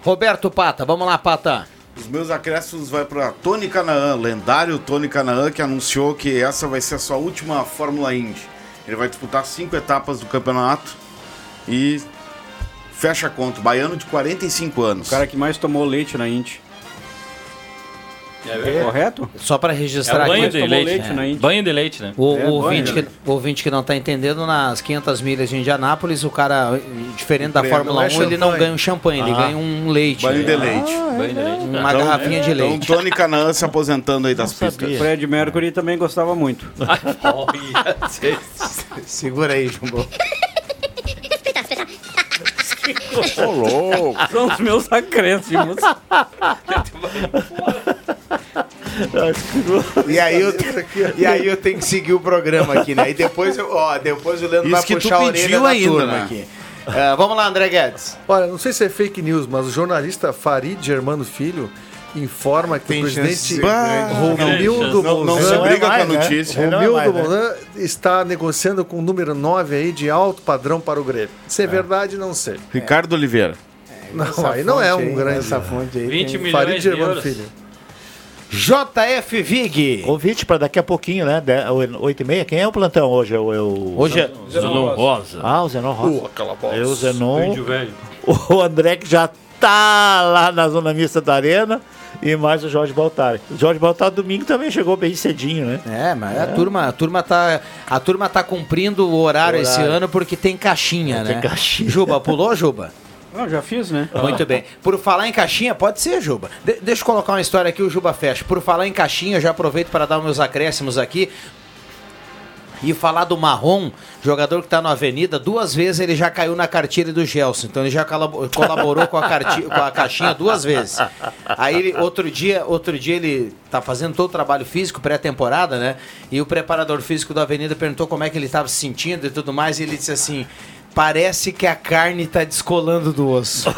S4: Roberto Pata, vamos lá, Pata.
S6: Os meus acréscimos vai para Tony Canaan, lendário Tony Canaan, que anunciou que essa vai ser a sua última Fórmula Indy. Ele vai disputar cinco etapas do campeonato e fecha a conta. Baiano de 45 anos. O cara
S10: que mais tomou leite na Indy. É correto?
S4: Só para registrar
S2: É banho
S4: aqui.
S2: de leite, né? Banho de leite, né?
S4: O, o
S2: É, banho
S4: ouvinte,
S2: de
S4: que, o ouvinte que não está entendendo, nas 500 milhas de Indianápolis, o cara, diferente da
S2: Não é
S4: Fórmula 1, ele
S2: champanhe.
S4: não ganha um champanhe, ele
S6: Ah.
S4: ganha um leite.
S6: né? Banho de leite.
S10: Banho de leite.
S4: Uma garrafinha de leite.
S6: Então, Tony Canaan se aposentando aí das pistas.
S10: Fred Mercury também gostava muito.
S4: Segura aí, Jumbo.
S10: Ô, louco. São os meus acréscimos.
S4: E aí, eu, e aí eu tenho que seguir o programa aqui, né? E depois, eu, ó, depois o Leandro
S1: Isso
S4: vai
S1: que tu
S4: puxar a orelha
S1: pediu
S4: da
S1: ainda,
S4: turma
S1: né?
S4: aqui. Ah, vamos lá, André Guedes.
S1: Olha, não sei se é fake news, mas o jornalista Farid Germano Filho informa que o presidente Romildo
S6: Não- não
S12: é
S1: Bolzan-
S6: se briga com a
S12: né?
S6: notícia.
S1: Romildo
S4: né?
S1: Bolzan está negociando com o número 9 aí de alto padrão para o Grêmio. Se é, verdade, não sei.
S6: Ricardo Oliveira.
S1: Não, aí não é um
S4: fonte aí,
S1: grande.
S4: essa fonte aí
S2: 20 tem- milhões
S1: Farid
S2: de
S1: Germano
S2: euros.
S1: Filho.
S4: JF Vig.
S12: Convite para daqui a pouquinho, né? 8 e meia. Quem é o plantão hoje? É o, é o...
S4: Hoje é-
S2: Zenon Rosa.
S12: Ah, o Zenon Rosa.
S2: Uh, aquela voz.
S12: É o Zenon.
S2: Índio velho.
S12: O André que já tá lá na zona mista da arena. E mais o Jorge Baltar. O Jorge Baltar domingo também chegou bem cedinho, né?
S4: É, mas A turma, a turma tá, a turma tá cumprindo o horário,
S12: Horário.
S4: esse ano porque tem caixinha,
S12: Tem
S4: né?
S12: caixinha.
S4: Juba pulou, Juba?
S10: Não, já fiz, né?
S4: Muito bem. Por falar em caixinha, pode ser, Juba. De- deixa eu colocar uma história aqui, o Juba fecha. Por falar em caixinha, eu já aproveito para dar meus acréscimos aqui. E falar do Marrom, jogador que está na Avenida, duas vezes ele já caiu na cartilha do Gelson. Então ele já colabo- colaborou com a, carti- com a caixinha duas vezes. Aí ele- outro dia, outro dia ele tá fazendo todo o trabalho físico, pré-temporada, né? E o preparador físico da Avenida perguntou como é que ele estava se sentindo e tudo mais. E ele disse assim: parece que a carne está descolando do osso.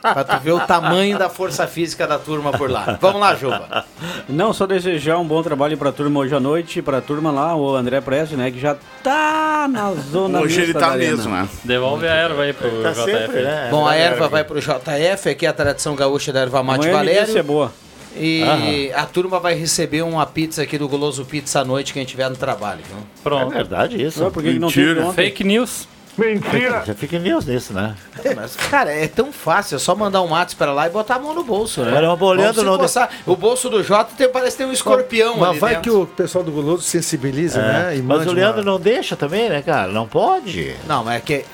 S4: pra tu ver o tamanho da força física da turma por lá. Vamos lá, Juba.
S10: Não, só desejar um bom trabalho pra turma hoje à noite, pra turma lá, o André Preste, né, que já tá na zona
S2: Hoje ele
S10: mista
S2: tá
S10: da arena.
S2: mesmo, né? Devolve a erva aí pro
S10: Tá
S2: JF.
S10: sempre, né?
S4: Bom, a
S10: É,
S4: erva
S10: aqui.
S4: vai pro JF, aqui é a tradição gaúcha da erva mate
S10: Amanhã me diz se é
S4: Valério.
S10: boa.
S4: E a turma vai receber uma pizza aqui do Goloso Pizza à noite quem tiver no trabalho. viu?
S2: Pronto.
S12: É verdade isso.
S4: Ué, por que que não Mentira. teve ontem?
S2: Fake news.
S4: Mentira.
S12: Já fica news nisso, né?
S4: É, mas, cara, é tão fácil, é só mandar um ato pra lá e botar a mão no bolso, né?
S12: Olha, o boleto
S4: Vamos se
S12: não deu-
S4: coçar. O bolso do Jota tem- parece ter um escorpião
S1: Mas
S4: ali
S1: vai
S4: dentro.
S1: que o pessoal do Guloso sensibiliza, né? E
S12: É, Mas
S1: mande
S12: o
S1: uma-
S12: Leandro não deixa também, né, cara? Não pode.
S4: Não, mas é que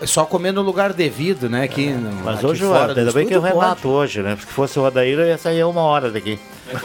S4: é só comer no lugar devido, né? Aqui,
S12: É, Mas hoje, ó, ainda bem que é o Renato hoje, né? Porque se fosse o Rodaíra, ia sair uma hora daqui.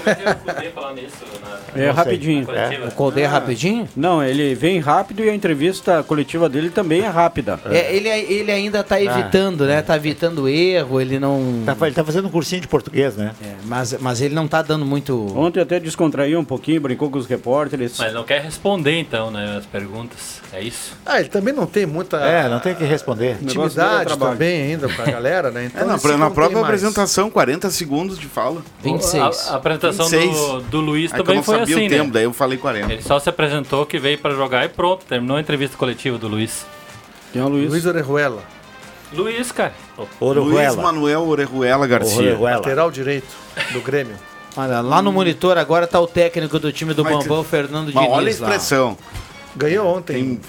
S10: É né?
S12: Não sei.
S10: rapidinho.
S12: É.
S4: Colde é rapidinho?
S10: Não, ele vem rápido e a entrevista coletiva dele também é rápida.
S4: É, ele, ele ainda
S1: Ah.
S4: tá evitando, né? Tá evitando erro, ele não. É,
S12: Tá, ele tá fazendo um cursinho de português, né?
S4: mas, mas ele não tá dando muito.
S10: Ontem até descontraiu um pouquinho, brincou com os repórteres.
S2: Mas não quer responder então, né? As perguntas. É isso?
S1: Ah, ele também não tem muita
S12: É, não tem que responder.
S1: intimidade também ainda com a galera, né?
S6: É, na,
S1: isso
S6: na
S1: não tem
S6: própria
S1: mais.
S6: apresentação, 40 segundos de fala.
S2: 26. A- a apresentação do- do Luiz
S6: É que
S2: também
S6: eu não
S2: foi
S6: sabia
S2: assim,
S6: o tempo,
S2: né?
S6: daí eu falei 40.
S2: Ele só se apresentou que veio pra jogar e pronto. Terminou a entrevista coletiva do Luiz.
S10: Quem é o Luiz?
S1: Luiz Orejuela.
S2: Luiz, cara.
S6: Luiz Manuel Orejuela Garcia.
S1: Lateral direito do Grêmio.
S4: Olha, lá no monitor agora tá o técnico do time do
S1: Mas-
S4: Bambão, Fernando
S1: mas
S4: Diniz.
S1: olha a
S4: lá.
S1: expressão. Ganhou ontem.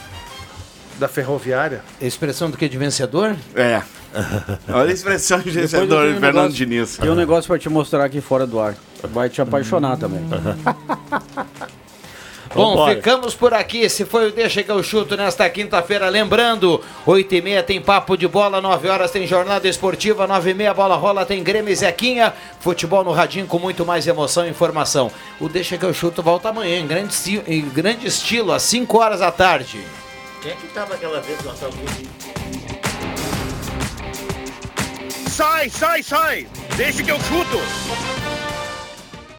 S1: Da Ferroviária.
S4: Expressão do que? De vencedor?
S6: É. Olha a expressão de vencedor, é Fernando Diniz.
S10: Tem um negócio pra te mostrar aqui fora do ar. Vai te apaixonar também.
S4: Bom,
S10: Vambora.
S4: ficamos por aqui. Esse foi o Deixa que eu chuto nesta quinta-feira. Lembrando, 8 e meia tem papo de bola, 9 horas tem jornada esportiva, 9 e meia bola rola, tem Grêmio e Zequinha. Futebol no Radinho com muito mais emoção e informação. O Deixa que eu chuto volta amanhã, em grande, esti- em grande estilo, às 5 horas da tarde.
S12: Quem é que tava aquela vez com essa música?
S19: Sai, sai, sai! Deixa que eu chuto!